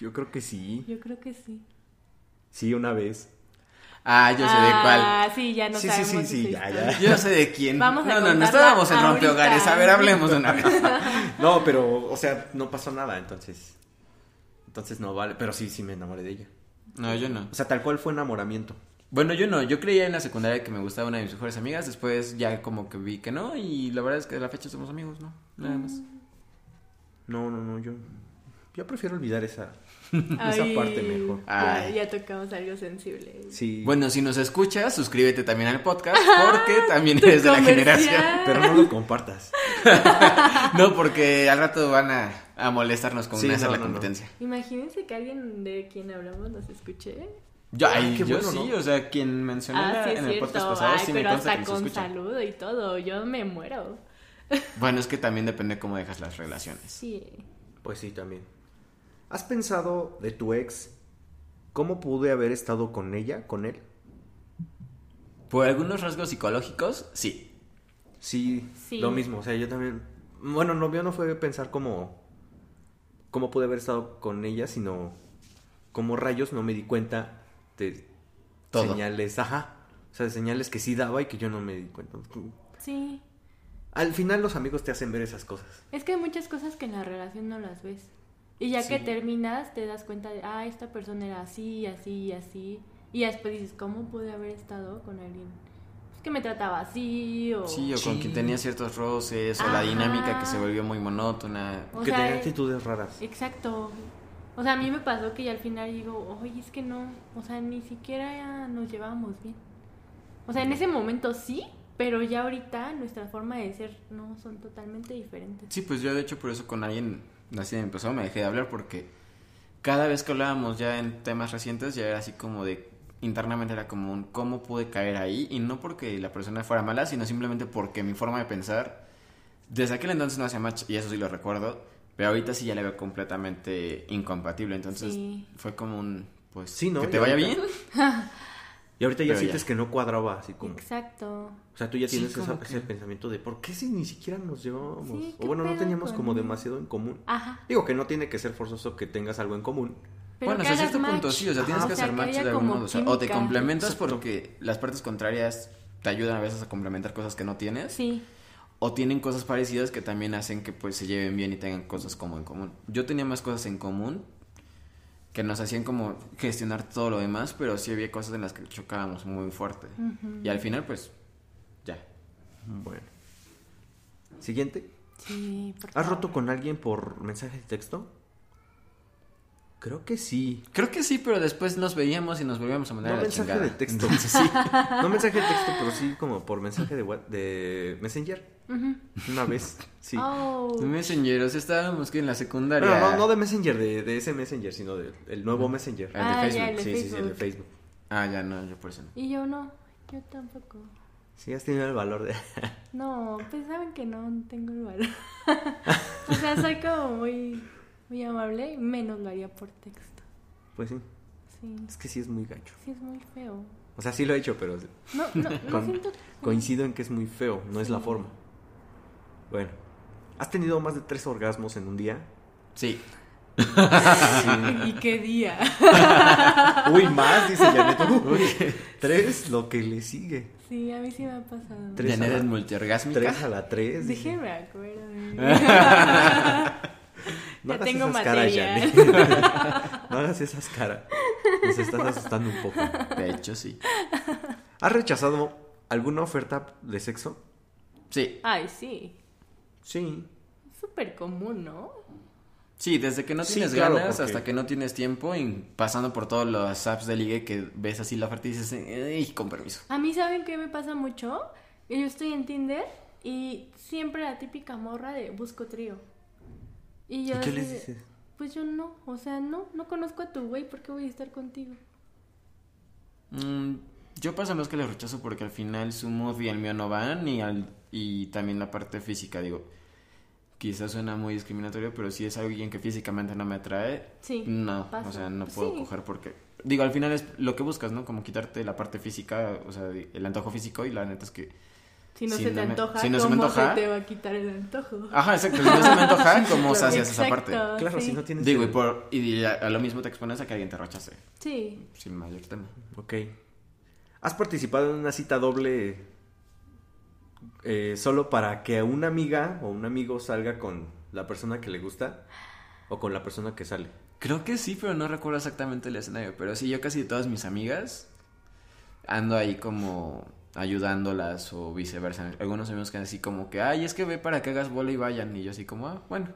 B: Yo creo que sí.
A: Yo creo que sí.
B: Sí, una vez.
C: Ah, yo sé de
A: Ah,
C: cuál.
A: sí, ya no
B: Sí, sí,
A: sabemos.
B: sí, sí,
A: esa
B: ya,
A: historia.
C: Yo sé de quién.
A: Vamos a
C: no, no, no
A: contarla
C: estábamos en
A: ahorita.
C: rompehogares. A ver, hablemos de una vez.
B: No, pero, o sea, no pasó nada, entonces. Entonces no vale. Pero sí, sí me enamoré de ella.
C: No, yo no.
B: O sea, tal cual fue enamoramiento.
C: Bueno, yo no. Yo creía en la secundaria que me gustaba una de mis mejores amigas. Después ya como que vi que no. Y la verdad es que a la fecha somos amigos, ¿no? Nada más.
B: Mm. No, no, no, yo. Yo prefiero olvidar esa, esa
A: Ay,
B: parte mejor.
A: ya-
C: Ay.
A: Ya, tocamos algo sensible.
B: Sí.
C: Bueno, si nos escuchas, suscríbete también al podcast. Porque también eres de la
A: Comercial.
C: generación.
B: Pero no lo compartas.
C: No, porque al rato van a, a molestarnos con
B: Sí,
C: hacer
B: no,
C: la
B: no, no.
C: competencia.
A: Imagínense que alguien de quien hablamos nos escuche.
C: Yo,
B: Ah,
C: ay,
B: qué
C: yo
B: bueno,
C: sí,
B: ¿no?
C: o sea, quien mencioné en
A: ah,
C: la-
A: sí, es
C: en el
A: cierto.
C: podcast pasado
A: Ay,
C: sí me
A: pero
C: consta que
A: hasta
C: nos
A: con
C: escucha.
A: saludo y todo. Yo me muero.
C: Bueno, es que también depende cómo dejas las relaciones.
A: Sí.
B: Pues sí, también. ¿Has pensado de tu ex cómo pude haber estado con ella, con él?
C: Por algunos rasgos psicológicos, sí.
B: Sí,
A: Sí.
B: lo mismo. O sea, yo también. Bueno, no, yo no fue pensar cómo. cómo pude haber estado con ella, sino. como rayos no me di cuenta de
C: Todo.
B: señales. Ajá. O sea, de señales que sí daba y que yo no me di cuenta.
A: Sí.
B: Al final los amigos te hacen ver esas cosas.
A: Es que hay muchas cosas que en la relación no las ves. Y ya que
B: Sí.
A: terminas, te das cuenta de, ah, esta persona era así, así, así. Y ya después dices, ¿cómo pude haber estado con alguien? Es que me trataba así, o.
C: Sí, o con
B: Sí.
C: quien tenía ciertos roces, o la
A: Oh, Ajá.
C: dinámica que se volvió muy monótona.
A: O
B: que
A: sea,
B: tenían
A: eh,
B: actitudes raras.
A: Exacto. O sea, a mí me pasó que ya al final digo, oye, es que no, o sea, ni siquiera nos llevábamos bien. O sea, en ese momento sí, pero ya ahorita nuestra forma de ser no son totalmente diferentes.
C: Sí, pues yo de hecho por eso con alguien así empezó, me dejé de hablar porque cada vez que hablábamos ya en temas recientes ya era así como de internamente era como un cómo pude caer ahí y no porque la persona fuera mala, sino simplemente porque mi forma de pensar desde aquel entonces no hacía match y eso sí lo recuerdo, pero ahorita sí ya la veo completamente incompatible, entonces
A: Sí.
C: fue como un pues
B: Sí, ¿no?
C: que
B: Y
C: te vaya
B: ahorita-
C: bien.
B: Y ahorita ya
C: Pero
B: sientes
C: ya.
B: que no cuadraba así como.
A: Exacto.
B: O sea, tú ya
C: Sí,
B: tienes
C: como
B: esa-
C: que-
B: ese pensamiento de por qué si ni siquiera nos llevábamos.
A: Sí,
B: o
A: ¿qué
B: bueno, no
A: pedo
B: teníamos como
A: conmigo?
B: demasiado en común.
A: Ajá.
B: Digo que no tiene que ser forzoso que tengas algo en común.
A: Pero
C: bueno,
A: que
C: hasta
A: hagas
C: cierto punto
A: match.
C: sí, o sea,
A: Ajá.
C: tienes que hacer
A: sea,
C: match
A: haya
C: de algún
A: como
C: modo, o, sea, o te
A: química.
C: complementas
B: Exacto.
C: porque las partes contrarias te ayudan a veces a complementar cosas que no tienes.
A: Sí.
C: o tienen cosas parecidas que también hacen que pues se lleven bien y tengan cosas como en común. Yo tenía más cosas en común que nos hacían como gestionar todo lo demás, pero sí había cosas en las que chocábamos muy fuerte.
A: Ujú.
C: Y al final pues ya.
B: Bueno. Siguiente.
A: Sí, por
B: ¿Has
A: favor.
B: roto con alguien por mensaje de texto? Creo que sí.
C: Creo que sí, pero después nos veíamos y nos volvíamos a mandar
B: No
C: a la
B: mensaje
C: chingada.
B: de texto.
C: Entonces, sí.
B: No mensaje de texto, pero sí como por mensaje de, what- de Messenger.
A: Ujú.
B: Una vez. Sí.
A: Oh.
C: Messenger, o sea, estábamos que en la secundaria.
B: Bueno, no, no de Messenger, de, de ese Messenger, sino del el nuevo Messenger.
C: Ah,
A: Ah, ya, el
C: Facebook.
A: de
B: sí, sí, sí, el de
A: Facebook.
B: Facebook.
C: Ah, ya no, yo por eso no.
A: Y yo no, yo tampoco.
B: Sí, has tenido el valor de...
A: No, pues saben que no tengo el valor. o sea, soy como muy, muy amable, menos lo haría por texto.
B: Pues sí,
A: Sí,
B: es que sí es muy gacho.
A: sí es muy feo.
B: O sea, sí lo he hecho, pero
A: No, no, no
B: Con-
A: siento.
B: coincido en que es muy feo, no es la
A: Sí.
B: forma. Bueno, ¿has tenido más de tres orgasmos en un día?
C: Sí.
A: ¿Y qué día?
B: Uy, más, dice Janet. Uy, tres, lo que le sigue.
A: Sí, a mí sí me ha pasado.
B: Tres
C: Janet
B: a la-
C: es multiorgásmica.
B: Tres a la tres.
A: Dije,
B: dice.
A: me acuerdo. ya
B: No hagas
A: tengo
B: esas caras,
A: material.
B: Janet. No hagas esas caras. Nos estás asustando un poco.
C: De hecho, sí.
B: ¿Has rechazado alguna oferta de sexo?
C: Sí.
A: Ay, sí.
B: Sí.
A: Súper común, ¿no?
C: Sí, desde que no
B: Sí,
C: tienes
B: claro,
C: ganas
B: porque-
C: hasta que no tienes tiempo y pasando por todas las apps de ligue que ves así la oferta y dices, ¡ay, con permiso!
A: A mí, ¿saben qué me pasa mucho? Que yo estoy en Tinder y siempre la típica morra de busco trío. Y yo
B: ¿Y qué
A: así
B: les
A: de,
B: dices?
A: Pues yo no, o sea, no, no conozco a tu güey, ¿por qué voy a estar contigo?
C: Mm, yo pasa más que lo rechazo porque al final su mood y el mío no van y, al- y también la parte física, digo. Quizás suena muy discriminatorio, pero si es alguien que físicamente no me atrae,
A: Sí.
C: no,
A: pasa.
C: o sea, no puedo
A: Sí.
C: coger porque... Digo, al final es lo que buscas, ¿no? Como quitarte la parte física, o sea, de- el antojo físico y la neta es que...
A: Si no
C: Si
A: se
C: no
A: te
C: me-
A: antoja,
C: si no se me
A: ¿cómo
C: antoja?
A: se te va a quitar el antojo?
C: Ajá, exacto, si no se me antoja, ¿cómo
B: claro.
C: sacias pues esa parte?
A: Exacto,
B: Claro,
A: Ah, sí.
B: si no tienes...
C: Digo, y, por, y a, a lo mismo te expones a que alguien te rechace,
A: Sí.
C: sin mayor tema.
B: Ok. ¿Has participado en una cita doble eh, solo para que una amiga o un amigo salga con la persona que le gusta o con la persona que sale?
C: Creo que sí, pero no recuerdo exactamente el escenario. Pero sí, yo casi de todas mis amigas ando ahí como ayudándolas o viceversa. Algunos amigos que así como que, ay, es que ve para que hagas bola y vayan. Y yo así como, ah, bueno.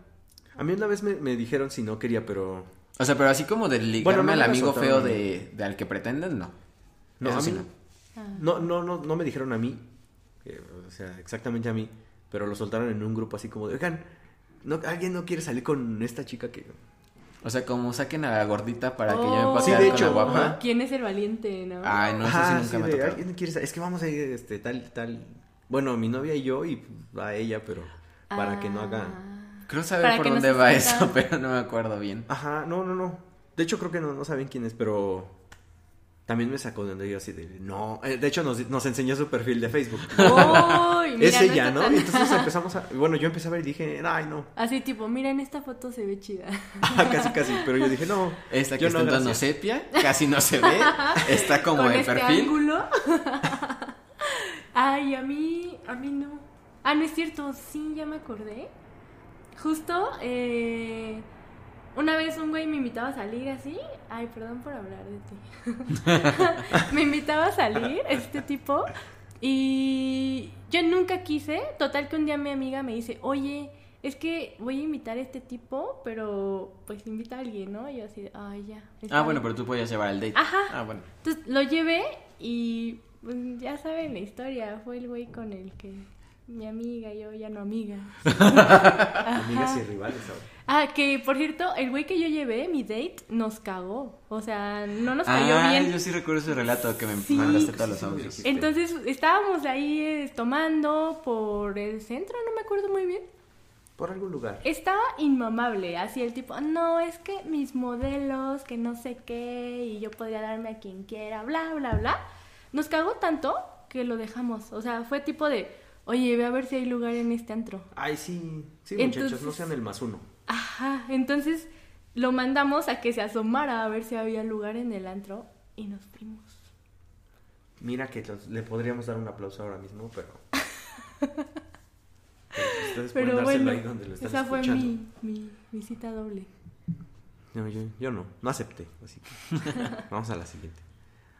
B: A mí una vez me, me dijeron si no quería, pero
C: O sea, pero así como de ligarme
B: no
C: al
B: me
C: amigo
B: resultó,
C: feo
B: no.
C: de, de al que pretenden, no.
B: no,
C: Eso
B: a
C: sí
B: mí
C: no.
A: Ah.
B: no, no, no, no me dijeron a mí, eh, o sea, exactamente a mí, pero lo soltaron en un grupo así como de, oigan, no, alguien no quiere salir con esta chica que...
C: O sea, como saquen a la gordita para que yo me
A: Oh.
C: pase
B: Sí, de
C: con la
B: hecho,
C: guapa. Ah,
B: ajá.
A: ¿Quién es el valiente, no?
C: Ay, no, eso sí
B: Ajá,
C: nunca
B: sí,
C: me ha
B: de,
C: tocado.
B: "Alguien quiere sa- Es que vamos a ir, este, tal, tal... Bueno, mi novia y yo y a ella, pero para que no haga...
A: hagan
C: Creo saber
A: Ah. Para
C: por
A: que no
C: dónde
A: se
C: va
A: sienta-
C: eso, pero no me acuerdo bien.
B: Ajá, no, no, no. De hecho, creo que no, no saben quién es, pero... También me sacó de onda, yo así de... No, Eh, de hecho nos, nos enseñó su perfil de Facebook.
A: Oh,
B: es ella, ¿no? Entonces empezamos a... Bueno, yo empecé a ver y dije, ay, no. Ah,
A: Así tipo, mira, en esta foto se ve chida.
B: casi, casi. Pero yo dije, no.
C: Esta que
B: yo
C: está
B: no,
C: en tono
B: gracias.
C: sepia, casi no se ve, está como
A: Con
C: de
A: este
C: perfil.
A: ángulo. Ay, a mí, a mí no. Ah, no es cierto, sí, ya me acordé. Justo, eh, una vez un güey me invitaba a salir así. Ay, perdón por hablar de ti. me invitaba a salir, este tipo. Y yo nunca quise. Total que un día mi amiga me dice, oye, es que voy a invitar a este tipo, pero pues invita a alguien, ¿no? Y yo así, de, ay, ya.
C: Ah,
A: está
C: bueno,
A: bien".
C: pero tú podías llevar al date.
A: Ajá.
C: Ah, bueno.
A: Entonces lo llevé y pues, ya saben la historia, fue el güey con el que mi amiga, yo ya no amiga.
B: Amigas
A: Ajá.
B: y rivales ahora.
A: Ah, que por cierto, el güey que yo llevé, mi date, nos cagó. O sea, no nos cayó
C: Ah,
A: bien.
C: yo sí recuerdo ese relato que me
A: Sí.
C: mandaste todos
B: Sí,
C: los
B: sí, sí,
C: audios.
B: sí.
A: Entonces estábamos ahí eh, tomando por el centro, no me acuerdo muy bien.
B: Por algún lugar.
A: Estaba inmamable, así el tipo, no, es que mis modelos, que no sé qué, y yo podría darme a quien quiera, bla, bla, bla. Nos cagó tanto que lo dejamos. O sea, fue tipo de, oye, ve a ver si hay lugar en este antro.
B: Ay, sí. Sí, muchachos,
A: Entonces-
B: no sean el más uno.
A: Ajá, entonces lo mandamos a que se asomara a ver si había lugar en el antro y nos fuimos.
B: Mira que los- le podríamos dar un aplauso ahora mismo, pero... pero ustedes pueden
A: Pero
B: dárselo
A: bueno,
B: ahí donde lo están
A: esa fue
B: escuchando.
A: mi, mi, mi cita doble.
B: No, yo, yo no. No acepté. Así que vamos a la siguiente.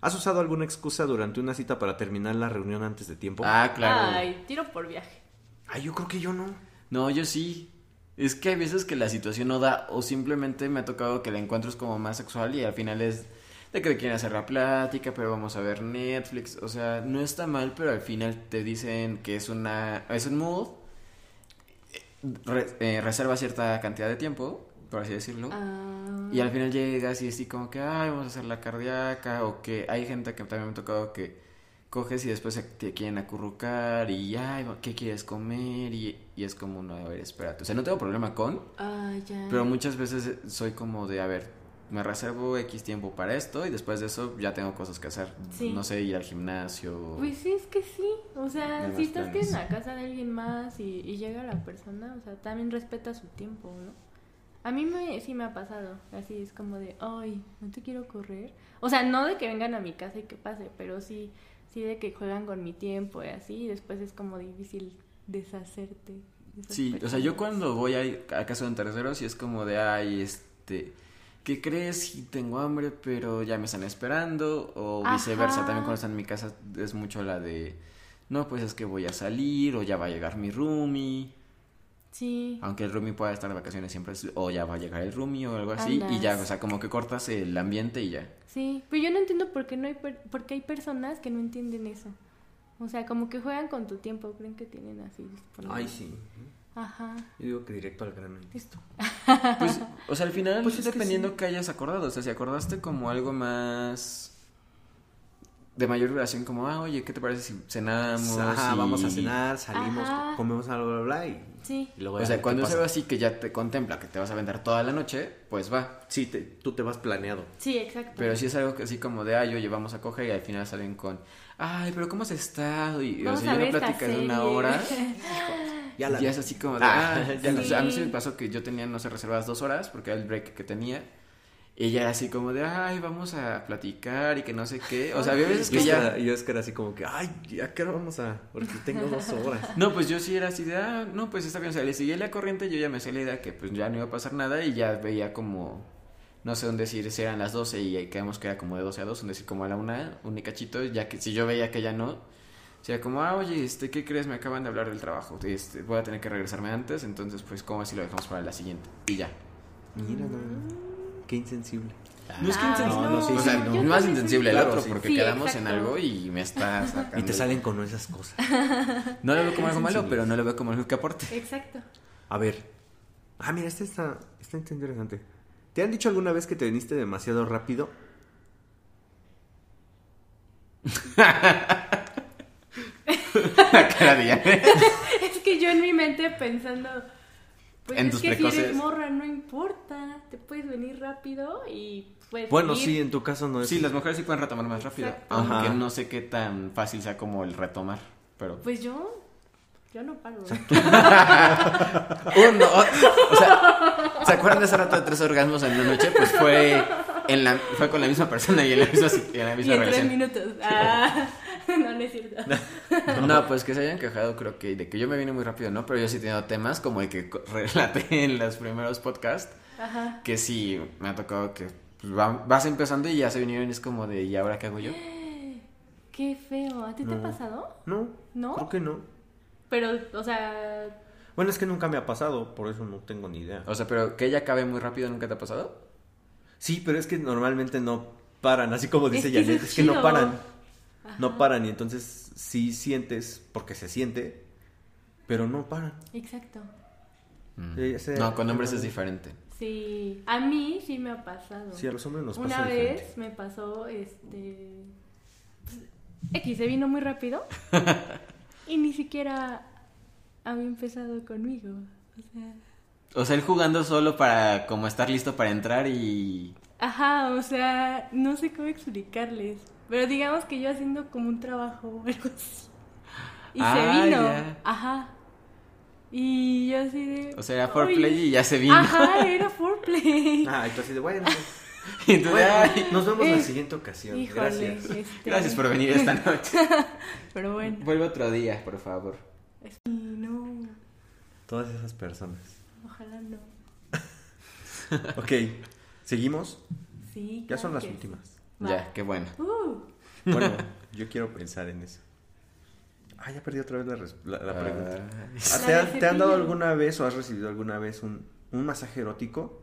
B: ¿Has usado alguna excusa durante una cita para terminar la reunión antes de tiempo?
C: Ah, claro.
A: Ay, tiro por viaje.
B: Ay, yo creo que yo no.
C: No, yo sí. Es que hay veces que la situación no da o simplemente me ha tocado que la encuentro es como más sexual y al final es de que quieren hacer la plática, pero vamos a ver Netflix. O sea, no está mal, pero al final te dicen que es una es un mood. Re- eh, reserva cierta cantidad de tiempo, por así decirlo.
A: Ah,
C: Y al final llegas y así como que, ay, vamos a hacer la cardíaca, o que hay gente que también me ha tocado que coges y después se- te quieren acurrucar y, ay, ¿qué quieres comer? Y, y es como, no, a ver, espérate. O sea, no tengo problema con,
A: ah, ya.
C: pero muchas veces soy como de, a ver, me reservo X tiempo para esto y después de eso ya tengo cosas que hacer.
A: Sí.
C: No sé, ir al gimnasio.
A: Pues sí, es que sí. O sea,
C: Demás
A: si estás
C: planes.
A: en la casa de alguien más y, y llega la persona, o sea, también respeta su tiempo, ¿no? A mí me, sí me ha pasado. Así es como de, ay, no te quiero correr. O sea, no de que vengan a mi casa y que pase, pero sí, sí de que juegan con mi tiempo y así. Y después es como difícil deshacerte. de esas
C: Sí, o sea, yo
A: personas.
C: cuando voy a, a casa de un tercero, sí es como de, ay, este, ¿qué crees? Y tengo hambre, pero ya me están esperando, o viceversa,
A: Ajá.
C: también cuando están en mi casa es mucho la de, no, pues es que voy a salir, o ya va a llegar mi roomie,
A: Sí.
C: aunque el roomie pueda estar de vacaciones siempre, es, o ya va a llegar el roomie o algo así, y ya,
A: Andas.
C: o sea, como que cortas el ambiente y ya.
A: Sí, pero yo no entiendo por qué no hay per- por qué hay personas que no entienden eso. O sea, como que juegan con tu tiempo, creen que tienen así disponible.
B: Ay, sí.
A: Ajá.
B: Yo digo que directo al grano. y Listo.
C: Pues, o sea, al final
B: Pues es que
C: dependiendo
B: sí.
C: que, hayas acordado. O sea, si acordaste como algo más de mayor duración, como, ah, oye, ¿qué te parece si cenamos?
B: Pues, Ajá,
C: Y-
B: Ah, vamos a cenar, salimos,
A: Ajá.
B: comemos algo, bla, bla, y,
A: Sí.
B: y luego
C: O
B: ya
C: sea,
B: qué
C: cuando es
B: pasa.
C: algo así que ya te contempla que te vas a vender toda la noche, pues va.
B: Sí, te- tú te vas planeado.
A: Sí, exacto.
C: Pero si es algo que así como de, ay, oye, vamos a coger y al final salen con, ay, pero ¿cómo has estado? Y,
A: Vamos
C: o sea,
A: a
C: ya
A: ver
C: una
A: esta
C: plática de una
A: serie.
C: hora.
B: Ya la
C: Ya es así como de,
B: Ah,
C: ah,
B: ya
A: la
C: o sea, a mí
A: vi.
C: sí me pasó que yo tenía, no sé, reservadas dos horas porque era el break que tenía. Y ella era así como de, ay, vamos a platicar y que no sé qué. O sea, había veces
B: Yo
C: que
B: es que,
C: ya...
B: era, yo es que era así como que, ay, ¿a qué hora vamos a...? Porque tengo dos horas.
C: No, pues yo sí era así de, ah, no, pues está bien. O sea, le seguía la corriente, yo ya me hacía la idea que pues ya no iba a pasar nada y ya veía como, no sé dónde decir, si eran las 12 y ahí quedamos que era como de 12 a 2, donde decir como a la una, un y cachito, ya que si yo veía que ya no, sería como, ah, oye, este, ¿qué crees? Me acaban de hablar del trabajo, este, voy a tener que regresarme antes, entonces pues, ¿cómo así lo dejamos para la siguiente? Y ya.
B: Mira, no, qué insensible.
C: No es que
A: Ay,
C: insensible.
B: Ah, no, no, sí,
C: o
B: sí,
C: sea,
B: no.
A: yo
C: más
A: también
C: insensible
A: soy-
C: el
B: Claro,
C: otro,
B: sí.
C: porque
A: Sí,
C: quedamos en
A: exacto.
C: algo y me está sacando.
B: Y te salen con esas cosas.
C: No lo veo como algo malo, pero no lo veo como algo que aporte.
A: Exacto.
B: A ver. Ah, mira, este está, está interesante. ¿Te han dicho alguna vez que te viniste demasiado rápido?
C: La cara de Diana.
A: Es que yo en mi mente pensando, pues
C: En
A: es
C: tus
A: que si
C: precoces.
A: eres morra no importa, te puedes venir rápido y puedes
B: Bueno,
A: ir.
B: sí, en tu caso no es.
C: Sí, las mujeres sí pueden retomar más rápido.
A: Exacto.
C: Aunque
B: Ajá.
C: no sé qué tan fácil sea como el retomar. Pero.
A: Pues yo, yo no paro.
C: Uno. O, o sea, ¿se acuerdan de ese rato de tres orgasmos en una noche? Pues fue. En la, fue con la misma persona y en la misma, si- en la
A: Y
C: misma
A: en tres
C: relación.
A: minutos. Ah, no, no es cierto.
C: No, pues que se hayan quejado, creo que de que yo me vine muy rápido, ¿no? Pero yo sí he tenido temas como el que co- relaté en los primeros podcasts.
A: Ajá.
C: Que sí, me ha tocado que pues, va- vas empezando y ya se vinieron y es como de, ¿y ahora qué hago yo?
A: Qué feo. ¿A ti te
B: No.
A: ha pasado?
B: No.
A: ¿No?
B: Creo que no.
A: Pero, o sea,
B: Bueno, es que nunca me ha pasado, por eso no tengo ni idea.
C: O sea, pero que ella acabe muy rápido, ¿nunca te ha pasado?
B: Sí, pero es que normalmente no paran, así como
A: Es
B: dice
A: que eso
B: Janet,
A: es
B: es que no
A: chido.
B: paran. No paran y entonces sí sientes, porque se siente, pero no paran.
A: exacto.
B: Sí, ese-
C: no, con hombres es diferente.
A: Sí, a mí sí me ha pasado.
B: Sí, a los hombres nos pasa
A: Una vez
B: diferente.
A: me pasó, este... pues, X se vino muy rápido y ni siquiera había empezado conmigo. O sea,
C: O sea, él jugando solo para como estar listo para entrar y...
A: ajá, o sea, no sé cómo explicarles. Pero digamos que yo haciendo como un trabajo o algo así. Y
C: Ah,
A: se vino.
C: ya.
A: Ajá. Y yo así de...
C: O sea, era
A: "Oye".
C: foreplay y ya se vino.
A: Ajá, era foreplay.
B: Ah, entonces de, bueno,
C: Y entonces,
B: bueno,
C: ay,
B: nos vemos en la
A: Eh,
B: siguiente ocasión.
A: Híjole,
B: Gracias.
A: este,
C: gracias por venir esta noche.
A: Pero bueno.
C: Vuelve otro día, por favor.
A: es- y no,
B: Todas esas personas.
A: ojalá no.
B: Ok, seguimos.
A: Sí,
B: Ya
A: claro
B: son las
A: que sí.
B: últimas.
A: Va.
C: Ya, qué bueno.
A: Uh,
B: Bueno, yo quiero pensar en eso. Ah, ya perdí otra vez la, res- la- la pregunta.
C: Ay.
B: Ah,
A: La
B: ¿Te,
A: de
B: han, te han dado
A: cepillo.
B: alguna vez o has recibido alguna vez un, un masaje erótico?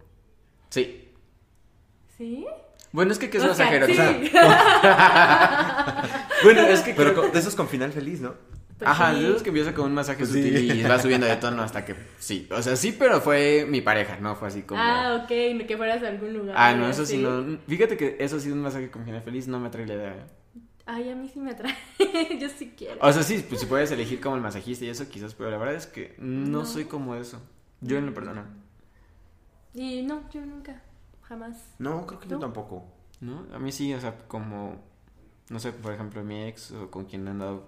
C: sí.
A: ¿Sí?
C: Bueno, es que qué es
A: O sea,
C: masajero.
A: sí.
C: O sea, bueno, es que...
B: Pero
C: creo-
B: co- de esos con final feliz, ¿no?
A: Pues
C: Ajá,
A: sí.
C: yo es que empieza con un masaje
B: Pues
C: sutil
B: sí.
C: y va subiendo de tono hasta que sí. O sea, sí, pero fue mi pareja, no fue así como.
A: Ah, ok, no que fueras a algún lugar.
C: Ah,
A: o
C: no,
A: algo
C: eso sí,
A: así.
C: no. Fíjate que eso sí, un masaje con final feliz no me trae la idea.
A: Ay, a mí sí me atrae. yo sí quiero.
C: O sea, sí, pues si puedes elegir como el masajista y eso, quizás, pero la verdad es que no,
A: No.
C: soy como eso. Yo en lo personal.
A: Y no, yo nunca. Jamás.
B: No, creo que yo
A: ¿Tú?
B: tampoco.
C: ¿No? A mí sí, o sea, como. No sé, por ejemplo, mi ex o con quien he andado.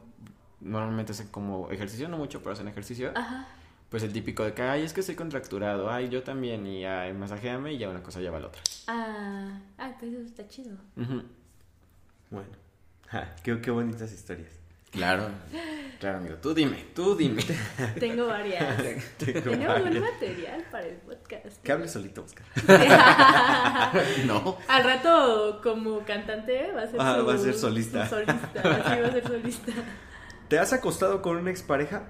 C: Normalmente hacen como ejercicio, no mucho, pero hacen ejercicio.
A: Ajá.
C: Pues el típico de que, ay, es que estoy contracturado, ay, yo también, y ay, masajeame, y ya una cosa lleva a la otra.
A: Ah, ah, pues eso está chido.
C: Ujú.
B: Bueno, Ja, qué, qué bonitas historias.
C: Claro, claro, amigo. Tú dime, tú dime.
A: Tengo varias.
B: Tengo
A: Tenemos buen
B: varias.
A: material para el podcast.
B: Que hable solito, Oscar.
C: No.
A: Al rato, como cantante, va a ser,
B: Ah,
A: su-
B: va a ser solista.
A: su solista. Sí, va a ser solista.
B: ¿Te has acostado con una expareja?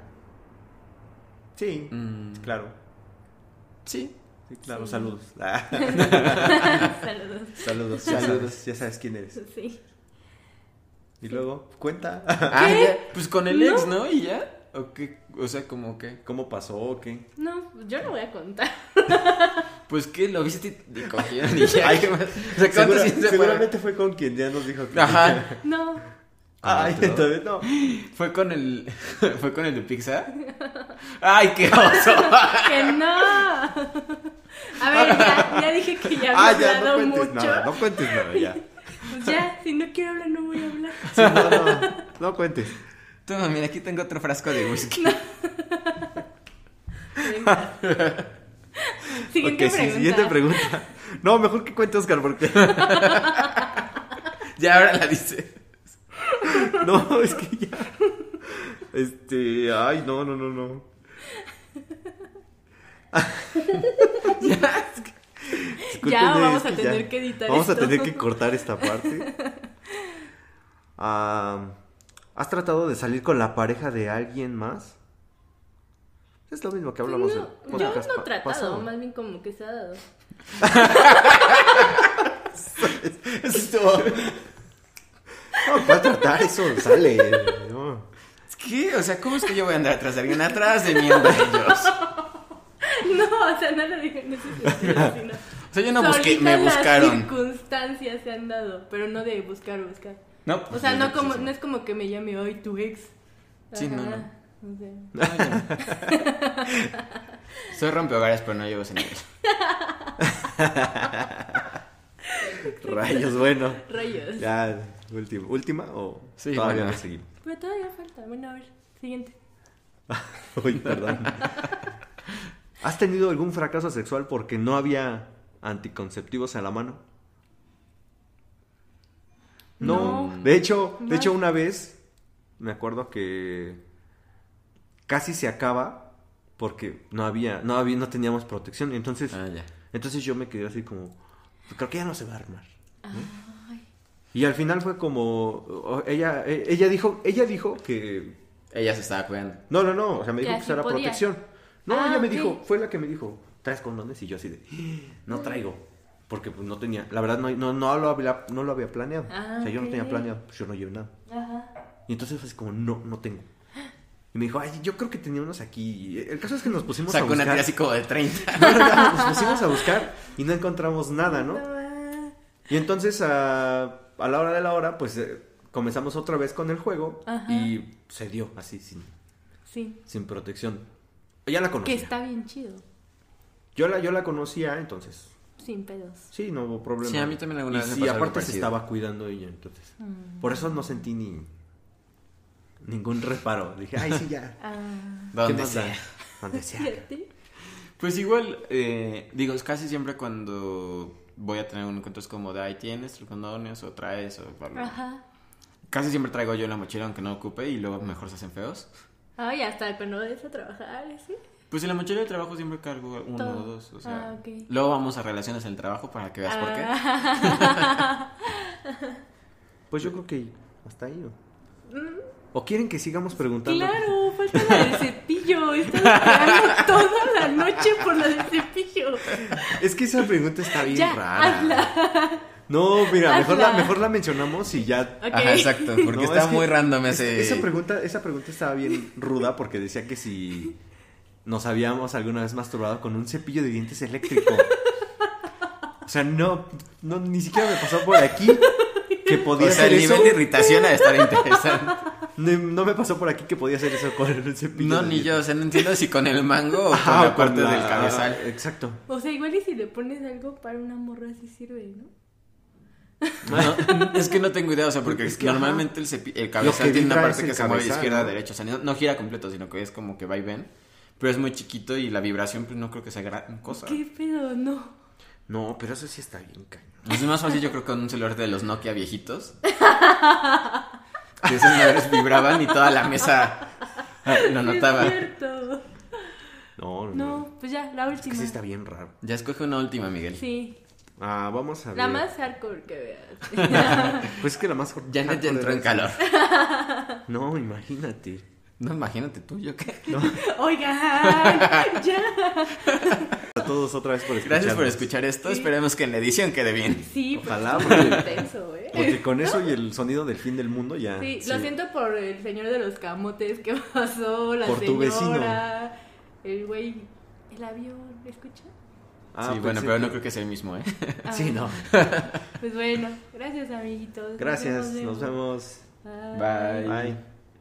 B: Sí,
C: Mm,
B: claro.
C: Sí.
B: Mm. Sí, claro,
A: Sí.
B: saludos. Ah,
A: Saludos.
B: saludos, ya
C: Saludos.
B: sabes, ya sabes quién eres.
A: Sí.
B: Y luego, cuenta
C: Ah, ya, Pues con el ex, ¿no? Y ya. ¿O qué? O sea, como que.
B: cómo pasó o qué.
A: No, yo no voy a contar.
C: Pues que lo viste y te cogieron y ya.
B: Ay,
C: ¿qué más? O sea, ¿cuánto
B: Segura-
C: sí se fue?
B: seguramente fue con quien ya nos dijo que.
C: Ajá.
A: No,
B: Ay,
C: Ah,
B: entonces no.
C: Fue con el. Fue con el de Pixar. ¡Ay, qué oso!
A: que no. A ver, ya, ya dije que ya
B: Ah,
A: había
B: ya, no
A: hablado
B: cuentes
A: mucho.
B: nada, no cuentes nada, ya.
A: Pues ya, si no quiero hablar, no voy a hablar.
B: Sí, no, no, no cuentes.
C: Toma, mira, aquí tengo otro frasco de whisky.
A: Venga. Siguiente
B: Ok, sí,
A: pregunta.
B: siguiente pregunta. No, mejor que cuente Oscar, porque.
C: Ya ahora la dice.
B: No, es que ya. Este. Ay, no, no, no, no.
C: Ya, es que-
B: Discúlpenme,
A: vamos
B: es
A: a tener que editar
B: Vamos a
A: esto.
B: tener que cortar esta parte. Ah, ¿Has tratado de salir con la pareja de alguien más? Es lo mismo que hablamos
A: No,
B: en
A: yo
B: podcast
A: no
B: pa-
A: he tratado,
B: pasado.
A: más bien como que se ha dado.
C: Eso estuvo-
B: No, ¿cuál tratar? Eso sale. no.
C: Es que, o sea, ¿cómo es que yo voy a andar atrás de alguien? Atrás de mí andan ellos.
A: No, o sea, no lo dije en ese sentido, sino...
C: O sea, yo no
B: pues,
C: busqué,
A: Solitas
C: me
A: Las
C: buscaron.
A: circunstancias se han dado, pero no de buscar, buscar.
C: No,
A: O
C: pues,
A: sea,
C: yo
A: no, como,
C: pues,
A: no es como que me llame hoy tu ex.
C: Sí, no,
A: Ajá, o sea.
C: no, ya. Soy rompehogares, pero no llevo señales.
B: Rayos, bueno.
A: Rayos.
B: Ya, última. ¿Última o
C: Sí,
B: todavía
C: bueno.
B: no seguimos?
A: Pero todavía falta. Bueno, a ver, siguiente.
B: Uy, perdón. ¿Has tenido algún fracaso sexual porque no había anticonceptivos a la mano? No.
A: No.
B: De hecho,
A: No.
B: de hecho una vez me acuerdo que casi se acaba porque no había, no había, no teníamos protección. Entonces,
C: Ah, ya.
B: entonces yo me quedé así como, creo que ya no se va a armar.
A: Ay,
B: Y al final fue como, oh, ella, eh, ella dijo, ella dijo que
C: Ella se estaba cuidando.
B: no, no, no. O sea, me
A: Que
B: dijo que
A: así
B: usara
A: podía.
B: protección. No,
A: Ah,
B: ella me
A: ok.
B: dijo, fue la que me dijo, ¿traes condones? Y yo así de, "Ah, no traigo. Porque pues no tenía, la verdad no, no, no, lo, había, no lo había planeado.
A: Ah,
B: o sea, yo no
A: ok.
B: tenía planeado, pues yo no llevo nada.
A: ajá.
B: Y entonces fue así como, no, no tengo. Y me dijo, ay, yo creo que tenía unos aquí. Y El caso es que nos pusimos a
C: Sacó una
B: buscar.
C: tira así como de 30.
B: nos pusimos a buscar y no encontramos nada, ¿no?
A: Ah,
B: Y entonces a, a la hora de la hora, pues eh, comenzamos otra vez con el juego
A: Ajá.
B: y se dio así, sin,
A: Sí.
B: sin protección. Ya la
A: Que
B: conocía.
A: está bien chido.
B: Yo la, yo la conocía, entonces.
A: Sin pedos.
B: Sí, no hubo problema.
C: Sí, a mí también alguna
B: Y
C: vez me
B: sí,
C: pasó algo
B: aparte se
C: parecido.
B: estaba cuidando ella, entonces. Por eso no sentí ni ningún reparo. Dije, ay, sí, ya.
A: Ah.
B: ¿Qué
C: Donde
B: más da?
C: sea.
B: Donde sea.
A: Fíjate.
C: Pues igual, eh, digo, es casi siempre cuando voy a tener un encuentro es como de ahí tienes los condones o traes o bla, bla, bla".
A: Ajá.
C: Casi siempre traigo yo la mochila aunque no ocupe y luego mejor se hacen feos.
A: Ay, hasta cuando vayas a trabajar, ¿eh? ¿sí?
C: Pues en la mochila de trabajo siempre cargo uno
A: Todo.
C: o dos. O sea,
A: Ah, ok.
C: Luego vamos a relaciones del trabajo para que veas por qué.
A: Ah.
B: Pues yo creo que hasta ahí. ¿no? ¿O quieren que sigamos preguntando?
A: Mm. Claro, falta la del cepillo. He estado esperando toda la noche por la del cepillo.
B: Es que esa pregunta está bien
A: Ya,
B: rara. No, mira, mejor la,
A: Hazla.
B: mejor la mencionamos y ya.
A: Ok.
C: Ajá, exacto, porque
B: No,
C: está
B: es que
C: muy random ese.
B: Esa pregunta, esa pregunta estaba bien ruda porque decía que si nos habíamos alguna vez masturbado con un cepillo de dientes eléctrico. O sea, no, no ni siquiera me pasó por aquí que podía
C: o sea,
B: hacer
C: el
B: eso.
C: nivel de irritación ha de estar interesante.
B: No, no me pasó por aquí que podía hacer eso con un cepillo.
C: No,
B: de
C: ni
B: dientes.
C: yo, o sea, no entiendo si con el mango o
B: Ajá,
C: con
B: o
C: la
B: Ah, con
C: parte
B: la-
C: del cabezal.
B: Exacto.
A: O sea, igual y si le pones algo para una morra, sí sirve, ¿no?
C: No, es que no tengo idea, o sea, porque
B: Es que,
C: normalmente el, cepi-
B: Lo
C: el
B: que
C: cabezal tiene una
B: vibra
C: parte
B: es el
C: que se mueve
B: cabezal,
C: izquierda a
B: ¿no?
C: derecha, o sea, no, no gira completo, sino que es como que va y ven, pero es muy chiquito y la vibración pues no creo que sea gran cosa.
A: ¿Qué pedo? No.
B: No, pero eso sí está bien cañón.
C: Pues, Es más fácil yo creo que con un celular de los Nokia viejitos. Que esos madres vibraban y toda la mesa ah, lo notaba.
A: Es cierto.
B: No, no. no.
A: No, pues ya, la
B: Es que
A: última.
B: sí está bien raro.
C: Ya escoge una última, Miguel.
A: Sí,
B: Ah, vamos a ver.
A: la más hardcore que veas.
B: Pues es que la más
C: Janet ya entró en calor.
B: No, imagínate.
C: No, imagínate tú, yo qué.
A: Oigan, ya.
B: A todos otra vez por escuchar.
C: Gracias por escuchar esto, esperemos que en la edición quede bien.
A: Sí, pues
B: Ojalá,
A: es
B: porque-
A: intenso, ¿eh?
B: Porque con eso y el sonido del fin del mundo ya.
A: Sí, lo siento por el señor de los camotes que pasó, la
B: Por
A: señora,
B: tu vecino.
A: el güey, el avión, ¿escucha?
B: Ah,
C: sí, bueno,
B: pensé
C: pero no
B: que-
C: creo que sea el mismo, ¿eh?
A: Ah,
B: Sí, no.
A: Pues bueno, gracias amiguitos.
B: Gracias, nos vemos.
A: Bye.
C: Bye.
B: Bye.